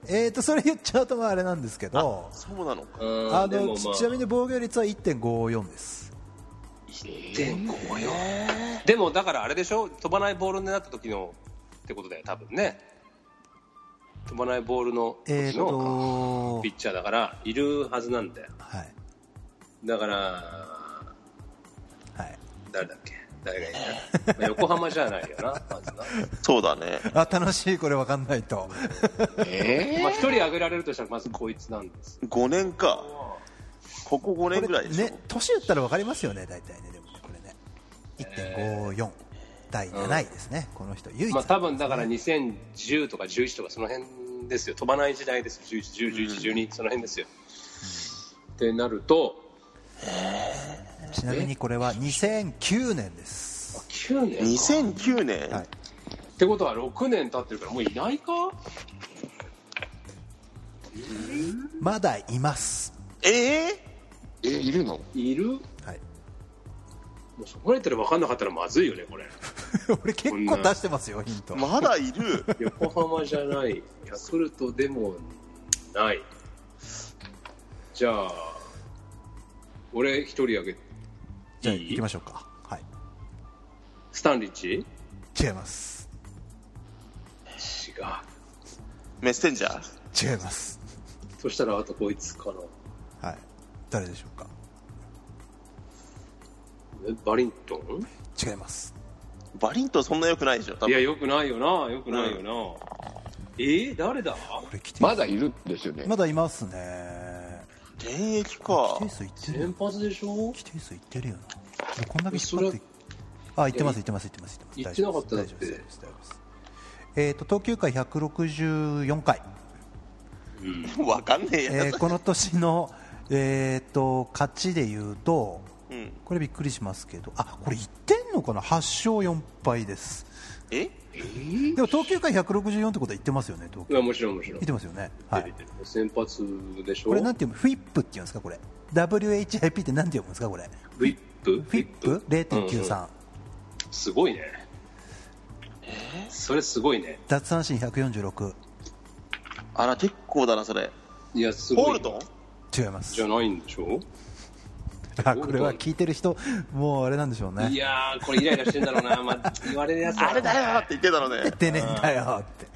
[SPEAKER 3] えーっとそれ言っちゃうとまああれなんですけど
[SPEAKER 2] そうなのか
[SPEAKER 1] うん
[SPEAKER 3] あ
[SPEAKER 1] でも
[SPEAKER 3] の
[SPEAKER 1] まあ
[SPEAKER 3] ちなみに防御率は1.54です
[SPEAKER 1] 1.5よでもだからあれでしょ飛ばないボールになった時のってことだよ多分ね飛ばないボールの
[SPEAKER 3] えーっ
[SPEAKER 1] 時の
[SPEAKER 3] と
[SPEAKER 1] ピッチャーだからいるはずなんだよ
[SPEAKER 3] はい
[SPEAKER 1] だから
[SPEAKER 3] はい
[SPEAKER 1] 誰だっけ誰がい
[SPEAKER 3] *laughs*
[SPEAKER 1] たか横浜じゃないよな、まずな。
[SPEAKER 2] そうだね。
[SPEAKER 3] あ楽しい、これ分かんないと、
[SPEAKER 4] え
[SPEAKER 1] まあ、一人挙げられるとしたら、まずこいつなんです。
[SPEAKER 2] 5年か。ここ5年ぐらいでしょ。
[SPEAKER 3] ね、年打ったら分かりますよね、大体ね、でもねこれね、1.54、第7位ですね、この人、唯一、
[SPEAKER 1] まあ、多分だから2010とか11とかその辺ですよ飛ばない時代です11、10、11、12、その辺ですよ。ってなると
[SPEAKER 3] ちなみにこれは2009年です、
[SPEAKER 1] 9年
[SPEAKER 2] 2009年、
[SPEAKER 3] はい
[SPEAKER 1] ってことは6年経ってるからもういないか
[SPEAKER 3] まだいます、
[SPEAKER 2] ええ
[SPEAKER 4] えいるの
[SPEAKER 1] いるも
[SPEAKER 3] はい、
[SPEAKER 1] うそこら辺分かんなかったらまずいよねこれ
[SPEAKER 3] *laughs* 俺、結構出してますよ、ヒント、
[SPEAKER 2] まだいる
[SPEAKER 1] 横浜じゃないヤクルトでもないじゃあ俺一人あげ
[SPEAKER 3] じゃあ、
[SPEAKER 1] いい
[SPEAKER 3] 行きましょうか、はい、
[SPEAKER 1] スタンリッチ
[SPEAKER 3] 違います、
[SPEAKER 1] 違う
[SPEAKER 2] メッセンジャー
[SPEAKER 3] 違います、
[SPEAKER 1] そしたらあとこいつかな
[SPEAKER 3] はい、誰でしょうか、
[SPEAKER 1] えバリントン
[SPEAKER 3] 違います、
[SPEAKER 2] バリントンそんな良くないでしょ多
[SPEAKER 1] いや、
[SPEAKER 2] 分
[SPEAKER 1] よくないよな、よくないよな。えー、誰だ
[SPEAKER 3] これ来て
[SPEAKER 4] まだいるんですよね、
[SPEAKER 3] まだいますね、
[SPEAKER 2] 現役か
[SPEAKER 3] 規定数いってるよ
[SPEAKER 1] 連発でしょ
[SPEAKER 3] 規定数いってるよな俺こんだけ引っ張ってあいってますいってますいってますいって
[SPEAKER 1] 言っ
[SPEAKER 3] ます
[SPEAKER 1] てなかった
[SPEAKER 3] 大丈夫です大丈夫です大丈夫ですえー、と投球回164回、
[SPEAKER 2] わかんねえや、 *laughs*
[SPEAKER 3] えーこの年の、えー、と勝ちでいうと
[SPEAKER 2] うん、
[SPEAKER 3] これびっくりしますけどあこれいってんのかな8勝4敗です
[SPEAKER 2] え
[SPEAKER 3] でも投球回164ってことはいってますよね投
[SPEAKER 1] い
[SPEAKER 3] 球
[SPEAKER 1] や、もちろん、もちろん
[SPEAKER 3] いっ。てますよね、はい、
[SPEAKER 1] 先発でしょ
[SPEAKER 3] これなんていうのフィップっていうんですかこれ WHIP ってなんて読むんですかこれ
[SPEAKER 1] フィップ
[SPEAKER 3] フィップ0.93、
[SPEAKER 1] うんすごいね。それすごいね。
[SPEAKER 3] 奪三振146
[SPEAKER 2] あら結構だなそれ
[SPEAKER 1] いや、すごい。
[SPEAKER 2] ホールドン
[SPEAKER 3] 違います
[SPEAKER 1] じゃないんでしょ
[SPEAKER 3] あこれは聞いてる人もうあれなんでしょう
[SPEAKER 1] い
[SPEAKER 3] ね
[SPEAKER 1] やー、これイライラしてんだろうな。まあ、言われるやつだな
[SPEAKER 2] あれ誰だって言ってたのね
[SPEAKER 3] 出てねえんだよって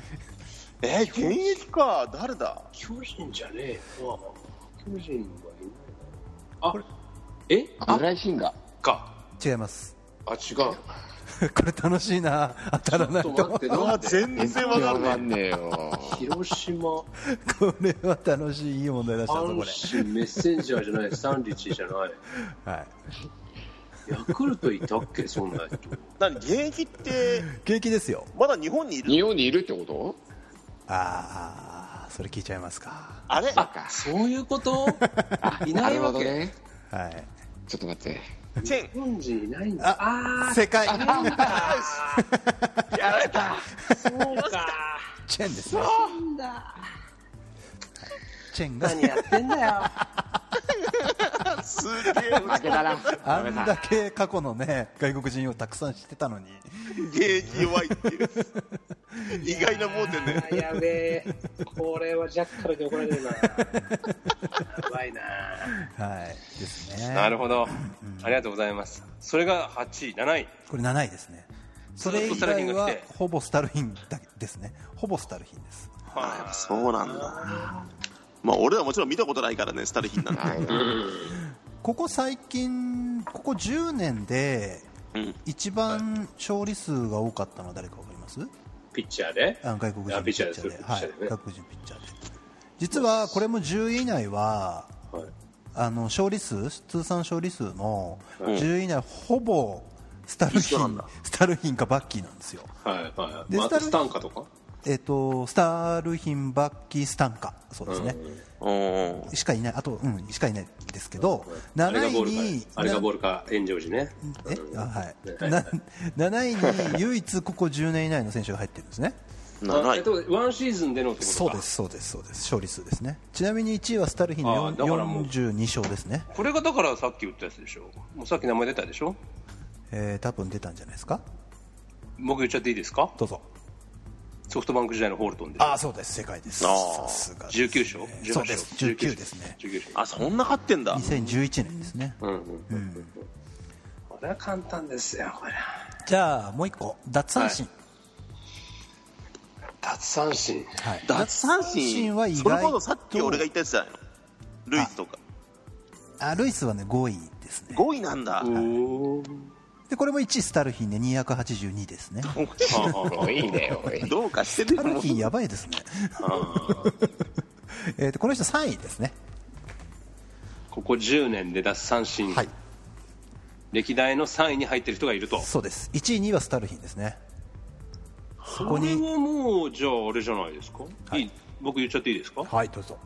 [SPEAKER 2] えー、現役か誰だ
[SPEAKER 1] 巨人じゃねえよな。巨人はいないな。あ、え
[SPEAKER 4] 村井慎が
[SPEAKER 1] か。
[SPEAKER 3] 違います *laughs*
[SPEAKER 1] あ、違う。
[SPEAKER 3] これ楽しいな当たらない
[SPEAKER 1] ちょ
[SPEAKER 3] と
[SPEAKER 1] っと待って、な
[SPEAKER 2] あ
[SPEAKER 1] んで
[SPEAKER 2] 全然わかんない
[SPEAKER 4] ねえよ
[SPEAKER 1] 広島。
[SPEAKER 3] これは楽しいいい問題出したぞこ
[SPEAKER 1] 阪神メッセンジャーじゃない、サンリッチじゃない、
[SPEAKER 3] れ、はい、
[SPEAKER 1] ヤクルトいたっけ、そんな人。
[SPEAKER 2] 何現役って
[SPEAKER 3] 景気ですよ
[SPEAKER 2] まだ日本にいる
[SPEAKER 4] 日本にいるってこと
[SPEAKER 3] ああそれ聞いちゃいますか
[SPEAKER 2] あれ
[SPEAKER 1] あそういう *laughs* こといないわけ、
[SPEAKER 4] ね
[SPEAKER 3] はい
[SPEAKER 4] ちょっと待って
[SPEAKER 2] チェン
[SPEAKER 1] 日本人いないんだ。あ
[SPEAKER 3] 正解
[SPEAKER 2] やられた
[SPEAKER 1] あ、そうか。
[SPEAKER 3] チェンですね
[SPEAKER 1] なんだ。
[SPEAKER 3] チェンが
[SPEAKER 1] やって *laughs* んだよ。
[SPEAKER 2] すげえ
[SPEAKER 4] 負けたな
[SPEAKER 3] あんだけ過去のね外国人をたくさん知ってたのに
[SPEAKER 2] 現役弱いって *laughs* いう意外な盲点ね
[SPEAKER 1] あやべえ。これはジャッカルで怒られるな。やばいな。
[SPEAKER 3] はいですね
[SPEAKER 1] なるほど。ありがとうございます。それが8位、7位。
[SPEAKER 3] これ7位ですねそれ
[SPEAKER 1] ずっ
[SPEAKER 3] 以
[SPEAKER 1] とスタルヒ
[SPEAKER 3] 外
[SPEAKER 1] ンが
[SPEAKER 3] は
[SPEAKER 1] 来て
[SPEAKER 3] ほぼスタルヒンだけですねほぼスタルヒンです
[SPEAKER 2] あそうなんだまあ俺はもちろん見たことないからねスタルヒンなんて
[SPEAKER 3] ここ最近ここ10年で
[SPEAKER 2] うん
[SPEAKER 3] 一番勝利数が多かったのは誰かわかります
[SPEAKER 1] ピッチャーで。
[SPEAKER 3] あの外国
[SPEAKER 1] あ
[SPEAKER 3] 人
[SPEAKER 1] ピ
[SPEAKER 3] ピ
[SPEAKER 1] ッ
[SPEAKER 3] ッ
[SPEAKER 1] チ
[SPEAKER 3] チ
[SPEAKER 1] ャー
[SPEAKER 3] ャー
[SPEAKER 1] で
[SPEAKER 3] ですす
[SPEAKER 1] ピッ
[SPEAKER 3] は
[SPEAKER 1] チャ
[SPEAKER 3] い
[SPEAKER 1] ーでね
[SPEAKER 3] 外国人ピッチャーで実はこれも10位以内は
[SPEAKER 1] はい
[SPEAKER 3] あの勝利数通算勝利数の10位以内ほぼスタルヒ
[SPEAKER 2] 一緒なん
[SPEAKER 3] ン
[SPEAKER 2] だ
[SPEAKER 3] スタルヒンかバッキーなんですよ
[SPEAKER 1] はいはい。
[SPEAKER 3] デ
[SPEAKER 1] ま
[SPEAKER 3] ジ
[SPEAKER 1] あ
[SPEAKER 3] タル
[SPEAKER 1] スタンカとか
[SPEAKER 3] えっとスタルヒンバッキースタンカそうですね、
[SPEAKER 2] うん
[SPEAKER 3] しかいないあとうんしかいないですけど
[SPEAKER 1] あれ
[SPEAKER 3] 7
[SPEAKER 1] がボール
[SPEAKER 3] 位に
[SPEAKER 1] か。あれがボールか、炎上時ね。
[SPEAKER 3] えあはい、
[SPEAKER 1] はい
[SPEAKER 3] な7位に唯一ここ10年以内の選手が入ってるんですね、
[SPEAKER 1] あ
[SPEAKER 2] 長
[SPEAKER 1] えっ
[SPEAKER 2] い
[SPEAKER 1] とワンシーズンでのってことか
[SPEAKER 3] そうです、そうです、そうです、勝利数ですね、ちなみに1位はスタルヒン
[SPEAKER 1] あ
[SPEAKER 3] の
[SPEAKER 1] ーだからもう
[SPEAKER 3] 4 42勝ですね、
[SPEAKER 1] これがだからさっき言ったやつでしょもうさっき名前出たでしょ
[SPEAKER 3] えー、多分出たんじゃないですか、
[SPEAKER 1] 僕言っちゃっていいですか
[SPEAKER 3] どうぞ、
[SPEAKER 1] ソフトバンク時代のホールトンで
[SPEAKER 3] あーそうです、正解です、
[SPEAKER 2] あー
[SPEAKER 3] さすがですね、
[SPEAKER 1] 19勝18
[SPEAKER 3] そうです、
[SPEAKER 1] 勝
[SPEAKER 3] 19ですね、
[SPEAKER 1] 19勝
[SPEAKER 2] あそんな勝ってんだ
[SPEAKER 3] 2011年ですね、
[SPEAKER 1] うんうんうんうんこれは簡単ですよこれ
[SPEAKER 3] じゃあもう1個、奪三振、
[SPEAKER 1] 奪三振
[SPEAKER 3] はい
[SPEAKER 2] 奪三
[SPEAKER 3] 奪三
[SPEAKER 2] 振
[SPEAKER 3] は意
[SPEAKER 2] それこ
[SPEAKER 3] 外
[SPEAKER 2] そさっき俺が言ったやつじゃないのルイスとか
[SPEAKER 3] あルイスはね5位です
[SPEAKER 1] *laughs*
[SPEAKER 3] ね、
[SPEAKER 2] 5位なんだ
[SPEAKER 1] おお
[SPEAKER 3] でこれも1位スタルヒンで282ですね
[SPEAKER 4] おいいね、おい。
[SPEAKER 2] どうかして
[SPEAKER 3] ス
[SPEAKER 2] る
[SPEAKER 3] タ
[SPEAKER 2] と
[SPEAKER 3] ル
[SPEAKER 2] 思う
[SPEAKER 3] ヒンやばいですね *laughs* えーとこの人3位ですね
[SPEAKER 1] ここ10年で奪三振、
[SPEAKER 3] はい
[SPEAKER 1] 歴代の3位に入ってる人がいると
[SPEAKER 3] そうです1位2位はスタルヒンですねそこ
[SPEAKER 1] これ
[SPEAKER 3] に
[SPEAKER 1] はもうじゃああれじゃないですか、
[SPEAKER 3] い
[SPEAKER 1] いい僕言っちゃっていいですか
[SPEAKER 3] はいどうぞ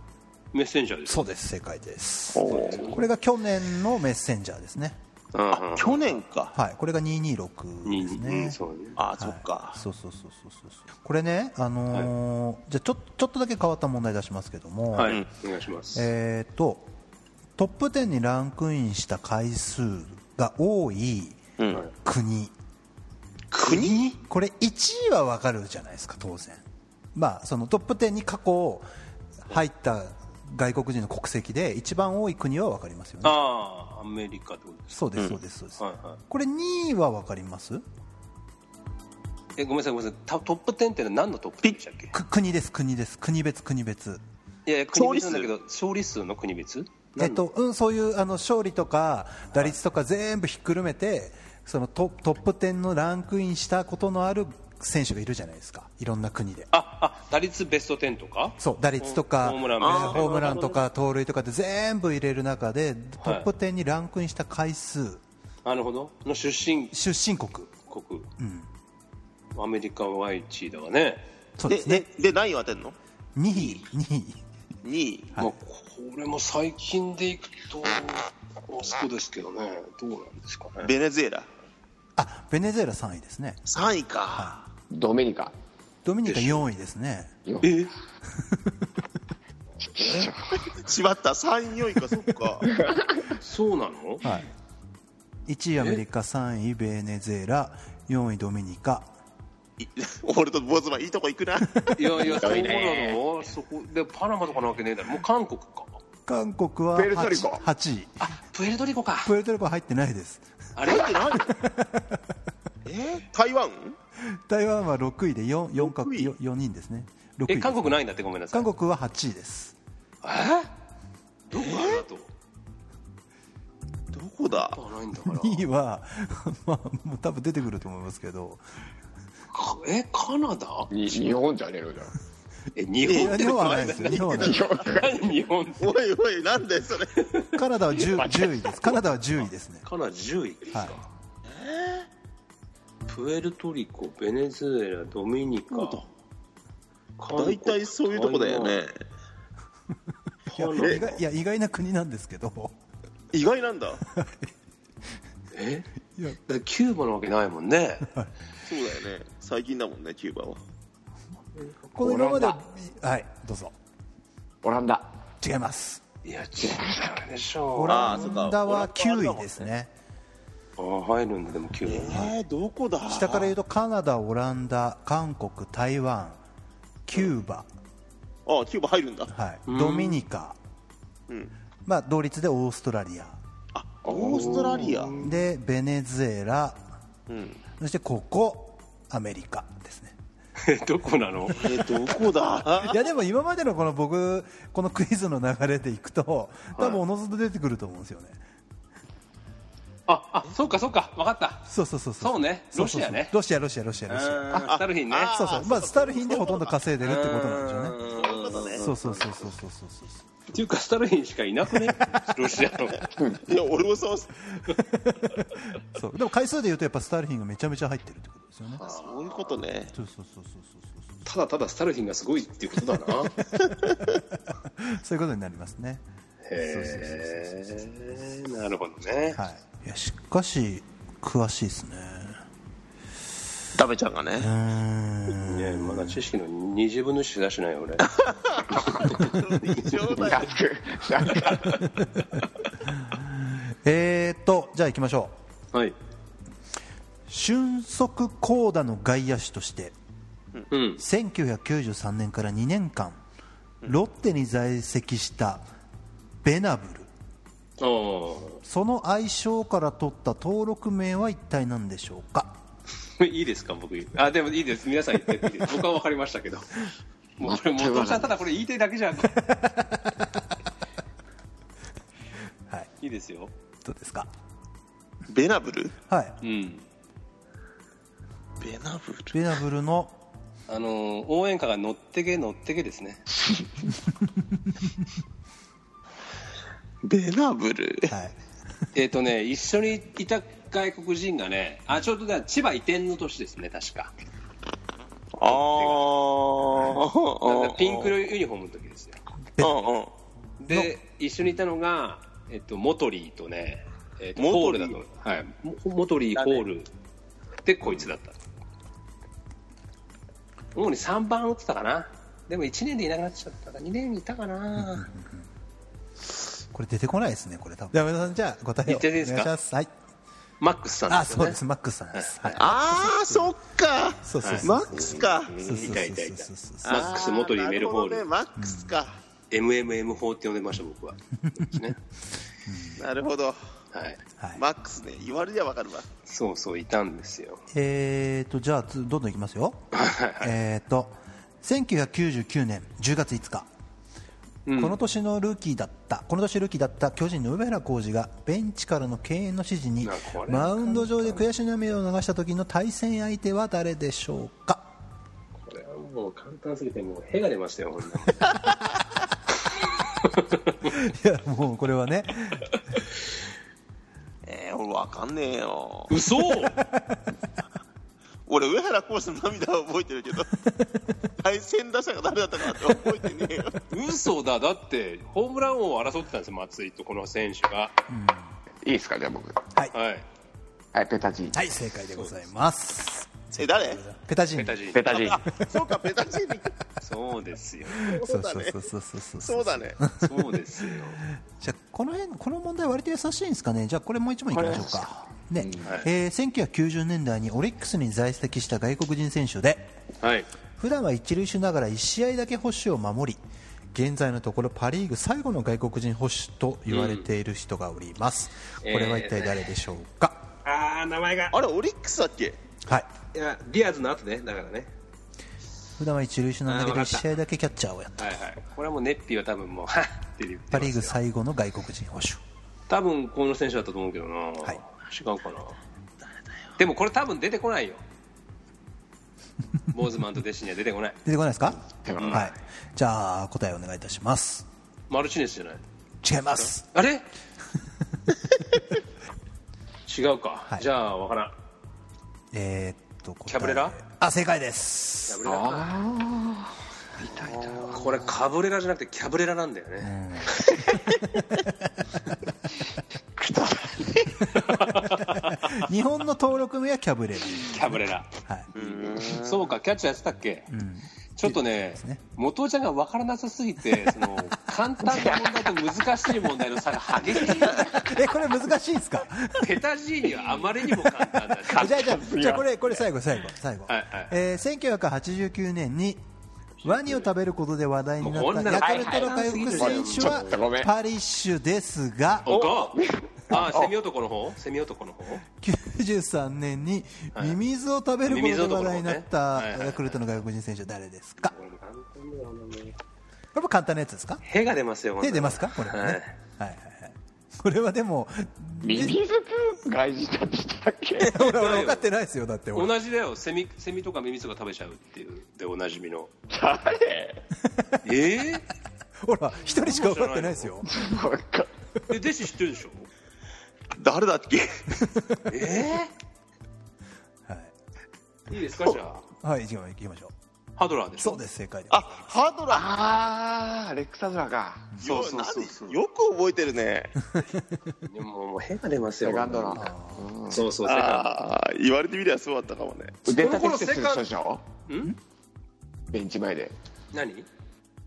[SPEAKER 1] メッセンジャーです
[SPEAKER 3] そうです正解ですこれが去年のメッセンジャーですね
[SPEAKER 1] うんうん
[SPEAKER 2] 去年か
[SPEAKER 3] はいこれが226です
[SPEAKER 1] にうん
[SPEAKER 3] ね
[SPEAKER 1] そうね
[SPEAKER 2] ああ、
[SPEAKER 3] はい
[SPEAKER 2] そっか
[SPEAKER 3] そうそうそうそうそうそうこれねあのーじゃあちょちょっとだけ変わった問題出しますけども、
[SPEAKER 1] はい、お願いします、
[SPEAKER 3] えー、とトップ10にランクインした回数が多い
[SPEAKER 2] うん
[SPEAKER 3] 国、
[SPEAKER 2] 国
[SPEAKER 3] これ1位は分かるじゃないですか、当然、まあ、そのトップ10に過去入った外国人の国籍で一番多い国は分かりますよね、
[SPEAKER 1] ああアメリカってことです
[SPEAKER 3] そうです、そうです、そうです、
[SPEAKER 1] はいはい
[SPEAKER 3] これ2位は分かります
[SPEAKER 1] えごめんなさいごめんなさいたトップ10ってのは何のトップ10でしたっけ
[SPEAKER 3] く国です、国です、国別、国別。
[SPEAKER 1] いやいや国別なんだけど勝利数の国別
[SPEAKER 3] えっとうん、そういうあの勝利とか打率とか全部ひっくるめてそのトトップ10のランクインしたことのある選手がいるじゃないですか、いろんな国で。
[SPEAKER 1] ああ打率ベスト10とか
[SPEAKER 3] そう打率とか
[SPEAKER 1] ホームラン
[SPEAKER 3] えー
[SPEAKER 1] あー
[SPEAKER 3] ホームランとか盗塁とかで全部入れる中でトップ10にランクインした回数、
[SPEAKER 1] なるほどの出身
[SPEAKER 3] 出身国、
[SPEAKER 1] 国、アメリカは1位だわね
[SPEAKER 3] そう
[SPEAKER 2] で
[SPEAKER 3] ですね
[SPEAKER 2] でで何位当てんの
[SPEAKER 3] 2位、2位、
[SPEAKER 2] ?2 位
[SPEAKER 1] まあ、これも最近でいくと、あそこですけどね、どうなんですかね。
[SPEAKER 2] ベネズエラ
[SPEAKER 3] あベネズエラ3位ですね、
[SPEAKER 2] 3位か
[SPEAKER 4] ドミニカ。
[SPEAKER 3] ドミニカ4位ですね、
[SPEAKER 4] よ
[SPEAKER 1] え
[SPEAKER 2] しまった3位4位かそっ
[SPEAKER 3] *laughs*
[SPEAKER 2] か
[SPEAKER 1] そうなの
[SPEAKER 3] はい、1位アメリカ、3位ベネズエラ、4位ドミニカ、
[SPEAKER 2] い俺と坊主マンいいとこ行くない
[SPEAKER 1] やいや、そう
[SPEAKER 4] い
[SPEAKER 1] な
[SPEAKER 4] ね
[SPEAKER 1] のそこで、パナマとかなわけねえだろ。もう韓国か。
[SPEAKER 3] 韓国は
[SPEAKER 4] プエルトリコ
[SPEAKER 3] 8, 8位、
[SPEAKER 1] プエルトリコか。
[SPEAKER 3] プエルトリコは入ってないです、
[SPEAKER 1] あれって何
[SPEAKER 2] え台湾
[SPEAKER 3] 台湾は6位で 4, 4,
[SPEAKER 2] 六位
[SPEAKER 3] 人ですね、6位
[SPEAKER 1] え、
[SPEAKER 3] です
[SPEAKER 1] 韓国ないんだってごめんなさい。
[SPEAKER 3] 韓国は8位です、
[SPEAKER 1] えーどこあるだと。
[SPEAKER 2] どこだ
[SPEAKER 1] あないんだから。
[SPEAKER 3] 2位は、 *laughs* まあ、もう多分出てくると思いますけど、
[SPEAKER 1] かえ、カナダ
[SPEAKER 4] に日本じゃねえのじゃん。
[SPEAKER 1] え、日
[SPEAKER 3] い
[SPEAKER 1] 本
[SPEAKER 3] や
[SPEAKER 1] って
[SPEAKER 3] 日本はないですよ、日本はない
[SPEAKER 4] 日本
[SPEAKER 1] 何日本って
[SPEAKER 2] おいおいなんだよそれ
[SPEAKER 3] カナダは 10, 10位です、カナダは10位ですね、
[SPEAKER 1] カナダ10位ですか。
[SPEAKER 3] はい
[SPEAKER 1] プエルトリコ、ベネズエラ、ドミニカ。韓国
[SPEAKER 2] 大体そういうとこだよね。
[SPEAKER 3] いや意外いや意外な国なんですけど、
[SPEAKER 2] 意外なんだ
[SPEAKER 1] え
[SPEAKER 3] いや
[SPEAKER 1] だキューバなわけないもんね
[SPEAKER 2] そうだよね最近だもんねキューバは
[SPEAKER 3] この今まで
[SPEAKER 4] オラン、
[SPEAKER 3] はい、どうぞ、
[SPEAKER 4] オランダ。
[SPEAKER 3] 違います、
[SPEAKER 1] いや違うでしょ
[SPEAKER 3] オラ
[SPEAKER 2] あ
[SPEAKER 3] ンダは
[SPEAKER 2] ーそっかオランダはあれだ
[SPEAKER 3] 9
[SPEAKER 2] もん
[SPEAKER 3] 位
[SPEAKER 2] ね
[SPEAKER 3] ですね、
[SPEAKER 1] あー入るんだでもキューバ、
[SPEAKER 2] えー、どこだ
[SPEAKER 3] 下から言うとカナダ、オランダ、韓国、台湾、キューバ、
[SPEAKER 2] あキューバ入るんだ
[SPEAKER 3] はい、ドミニカ、
[SPEAKER 2] うん
[SPEAKER 3] まあ、同率でオーストラリア、
[SPEAKER 2] あオーストラリア
[SPEAKER 3] でベネズエラ、
[SPEAKER 2] うん
[SPEAKER 3] そしてここ、アメリカですね。
[SPEAKER 1] どこなの
[SPEAKER 2] えー、どこだ
[SPEAKER 3] いやでも今までのこの僕このクイズの流れでいくと多分おのずと出てくると思うんですよね、
[SPEAKER 1] ああそうかそうか分かった
[SPEAKER 3] そうそうそうそう
[SPEAKER 1] そうね
[SPEAKER 3] そうそうそ
[SPEAKER 1] ロシア
[SPEAKER 3] う
[SPEAKER 1] ね
[SPEAKER 3] ロシアロシアロシアロシア
[SPEAKER 1] あスタルヒンね
[SPEAKER 2] あ
[SPEAKER 3] そうそうまあスタルヒンでほとんど稼いでるってことなんでしょうね
[SPEAKER 1] うーんっ
[SPEAKER 3] そうそうそうそうそうそうそう
[SPEAKER 1] ていうかスタルヒンしかいなくね *laughs* ロシアの
[SPEAKER 2] *laughs* いや俺もそう
[SPEAKER 3] そうでも回数で言うとやっぱスタルヒンがめちゃめちゃ入ってるってことですよね
[SPEAKER 2] そういうことね
[SPEAKER 3] そうそうそうそうそう
[SPEAKER 1] ただただスタルヒンがすごいっていうことだな
[SPEAKER 3] そうそういうことになりますねそうそうそうそう
[SPEAKER 1] へえなるほどね
[SPEAKER 3] はいいやしかし詳しいですね
[SPEAKER 2] ダメちゃんがね
[SPEAKER 3] うーん
[SPEAKER 1] いやまだ知識の20分の1しか出してないよ俺
[SPEAKER 2] 異常だよ
[SPEAKER 4] ガスク。
[SPEAKER 3] えーっとじゃあ行きましょう
[SPEAKER 1] はい
[SPEAKER 3] 俊足高打の外野手として
[SPEAKER 1] うん
[SPEAKER 3] 1993年から2年間ロッテに在籍したベナブル
[SPEAKER 1] ああ
[SPEAKER 3] その愛称から取った登録名は一体何でしょうか
[SPEAKER 1] *laughs* いいですか、僕、あでもいいです、皆さん言っていいです、僕は分かりましたけど、もうこれ、もうどうしたただこれ、言いたいだけじゃん、
[SPEAKER 3] *laughs* はい
[SPEAKER 1] いいですよ、
[SPEAKER 3] どうですか
[SPEAKER 2] ベナブル
[SPEAKER 3] はい、
[SPEAKER 1] うん、
[SPEAKER 2] ベナブル
[SPEAKER 3] ベナブルの
[SPEAKER 1] あの応援歌が乗ってけ乗ってけですね
[SPEAKER 2] ベナブル
[SPEAKER 3] はい
[SPEAKER 1] えっとね一緒にいた外国人がねあちょうどね千葉移転の年ですね確か
[SPEAKER 2] あー
[SPEAKER 1] だからピンクのユニフォームの時ですよ
[SPEAKER 2] うんうん
[SPEAKER 1] で一緒にいたのが、えっと、モトリーとね、えっと、ホ
[SPEAKER 2] モ
[SPEAKER 1] ー
[SPEAKER 2] ト
[SPEAKER 1] ル
[SPEAKER 2] リ
[SPEAKER 1] だ
[SPEAKER 2] ー
[SPEAKER 1] とはいモモトリーホールでこいつだった主に3番打ってたかなでも1年でいなくなっちゃったから2年いたかな
[SPEAKER 3] これ出てこないですねこれ多分じゃあ上田さんじゃあ答えを
[SPEAKER 1] 言っていいですか
[SPEAKER 3] お願いしますはい
[SPEAKER 1] マックスさん
[SPEAKER 3] あ
[SPEAKER 1] ですよ
[SPEAKER 3] そう
[SPEAKER 1] ね
[SPEAKER 3] ですマックスさんですはい
[SPEAKER 2] あーそっか
[SPEAKER 3] そうそうそう
[SPEAKER 2] マックスか
[SPEAKER 3] そうそうそう
[SPEAKER 1] いたいたいた
[SPEAKER 3] そうそうそう
[SPEAKER 1] マックス元リーメルホール
[SPEAKER 2] あなるほどねマックスか
[SPEAKER 1] MMM 法って呼んでました
[SPEAKER 3] *laughs*
[SPEAKER 1] 僕は、ね
[SPEAKER 2] なるほど
[SPEAKER 1] はい、
[SPEAKER 3] はい
[SPEAKER 2] マックスね言われりゃわかるわ
[SPEAKER 1] そうそういたんですよ
[SPEAKER 3] えーとじゃあつどんどんいきますよえーと1999年10月5日
[SPEAKER 1] うん
[SPEAKER 3] この年のルーキーだったこの年ルーキーだった巨人の上原浩二がベンチからの敬遠の指示に
[SPEAKER 1] あこれ
[SPEAKER 3] マウンド上で悔し涙を流した時の対戦相手は誰でしょうか *laughs*
[SPEAKER 1] これはもう簡単すぎてもう屁が出ましたよほんない
[SPEAKER 3] やもうこれはね
[SPEAKER 2] えー、俺わかんねえよ
[SPEAKER 1] の嘘
[SPEAKER 2] 俺上原浩二の涙は覚えてるけ *laughs* ど対戦打者が誰だったかって覚えてねえ *laughs* よ
[SPEAKER 1] 嘘だだってホームラン王を争ってたんですよ松井とこの選手が
[SPEAKER 4] いいですか、じゃあ僕。
[SPEAKER 1] はい
[SPEAKER 4] はい、ペタジー。
[SPEAKER 3] はい正解でございます
[SPEAKER 2] え誰
[SPEAKER 3] ペタジ
[SPEAKER 1] ペ
[SPEAKER 3] ーン
[SPEAKER 1] タジー
[SPEAKER 4] ペタジー。
[SPEAKER 2] そうかペタチーニ
[SPEAKER 1] そうですよ。
[SPEAKER 3] そ
[SPEAKER 2] そううだ
[SPEAKER 3] そう
[SPEAKER 2] ね
[SPEAKER 3] そうそうそうそう
[SPEAKER 2] そうだね
[SPEAKER 1] そうですよ。
[SPEAKER 3] じゃあこの辺この問題割と優しいんですかねじゃあこれもう一問いきましょうかね、えー1990年代にオリックスに在籍した外国人選手で
[SPEAKER 1] はい。
[SPEAKER 3] 普段は一塁手ながら1試合だけ保守を守り現在のところパ・リーグ最後の外国人保守と言われている人がおります、
[SPEAKER 1] うん
[SPEAKER 3] これは一体誰でしょうか、
[SPEAKER 1] ああ、名前が。
[SPEAKER 2] あれオリックスだっけ
[SPEAKER 3] はい
[SPEAKER 1] いや、ディアーズの後ね、だからね。
[SPEAKER 3] 普段は一塁手なんだけ
[SPEAKER 1] あ
[SPEAKER 3] ど
[SPEAKER 1] ーわか
[SPEAKER 3] 1
[SPEAKER 1] った
[SPEAKER 3] 試合だけキャッチャーをやった
[SPEAKER 1] はいはい。これはもうネッピーは多分もう、はっって言って
[SPEAKER 3] パ・
[SPEAKER 1] ま
[SPEAKER 3] リーグ
[SPEAKER 1] すよ。
[SPEAKER 3] 最後の外国人保守
[SPEAKER 1] 多分この選手だったと思うけどな。
[SPEAKER 3] い
[SPEAKER 1] 違うかな。でもこれ多分出てこないよ。ボーズマンと弟子には出てこない。
[SPEAKER 3] 出てこないですか、
[SPEAKER 4] 出てこない
[SPEAKER 3] はい、じゃあ答えお願いいたします
[SPEAKER 1] マルチネスじゃない。
[SPEAKER 3] 違います
[SPEAKER 1] あ *laughs* れ違うか。
[SPEAKER 3] はい
[SPEAKER 1] じゃあ、わからん。
[SPEAKER 3] えーっと
[SPEAKER 1] キャブレラ
[SPEAKER 3] 答えあ正解です
[SPEAKER 1] キャブレラかこれカブレラじゃなくてキャブレラなんだよね。
[SPEAKER 3] 日本の登録名はキャブレラ、
[SPEAKER 1] キャブレラ。
[SPEAKER 3] はい、
[SPEAKER 1] そうか、キャッチャーやってたっけ、ちょっとね
[SPEAKER 3] すね、
[SPEAKER 1] 元ちゃんが分からなさすぎて、その簡単な問題と難しい問題の差が激 *laughs* しい、
[SPEAKER 3] えこれ難しいんですか
[SPEAKER 1] ペタ G にはあまりにも簡単だし、
[SPEAKER 3] じゃあじゃあじゃあこれこれ最後最後最後、
[SPEAKER 1] はいはい
[SPEAKER 3] えー1989年にワニを食べることで話題にな
[SPEAKER 1] もうこ
[SPEAKER 3] っ
[SPEAKER 1] んな
[SPEAKER 3] た
[SPEAKER 1] の
[SPEAKER 3] ヤクルトの回復選手
[SPEAKER 4] はいはいはいちょっとごめ
[SPEAKER 3] は
[SPEAKER 4] ん
[SPEAKER 3] パリッシュですが
[SPEAKER 1] おかあーセミ男の方セミ男の方
[SPEAKER 3] 93年にミミズを食べることで話題になった
[SPEAKER 1] ミミズを食べることね
[SPEAKER 3] ヤクルトの外国人選手は誰ですか
[SPEAKER 1] これ簡単だよね
[SPEAKER 3] これも簡単なやつですか
[SPEAKER 1] 屁が出ますよ、こんな
[SPEAKER 3] 手
[SPEAKER 1] の
[SPEAKER 3] 出ますかこれはね、
[SPEAKER 1] は
[SPEAKER 3] はい
[SPEAKER 1] い
[SPEAKER 3] はいはい、これはでも
[SPEAKER 4] ミミズク外人だったっけ
[SPEAKER 3] 俺俺分かってないですよだって俺
[SPEAKER 1] 同じだよセミ、セミとかミミズが食べちゃうっていう、でおなじみの。
[SPEAKER 4] 誰
[SPEAKER 1] えー、
[SPEAKER 3] ほら一人しか分かってないですよ
[SPEAKER 4] なんか
[SPEAKER 1] え弟子知ってるでしょ
[SPEAKER 2] 誰だっけ
[SPEAKER 1] え
[SPEAKER 3] はい
[SPEAKER 1] ー、いいですか、じゃあ、
[SPEAKER 3] はい行きま行きましょう
[SPEAKER 1] ハドラーでしょ
[SPEAKER 3] そうです正解で
[SPEAKER 2] あハードラ
[SPEAKER 4] あー、レックサズラか。
[SPEAKER 1] そうそうそうそう
[SPEAKER 2] よなんでよく覚えてるね
[SPEAKER 1] でももう屁が出ますよ
[SPEAKER 4] セカンドの。
[SPEAKER 1] そうそうセカ
[SPEAKER 2] *laughs* ああ言われてみりゃそうだったかもね
[SPEAKER 4] 腕立て伏せする人でしょ
[SPEAKER 1] ん
[SPEAKER 4] ベンチ前で。
[SPEAKER 1] ンド何 *laughs*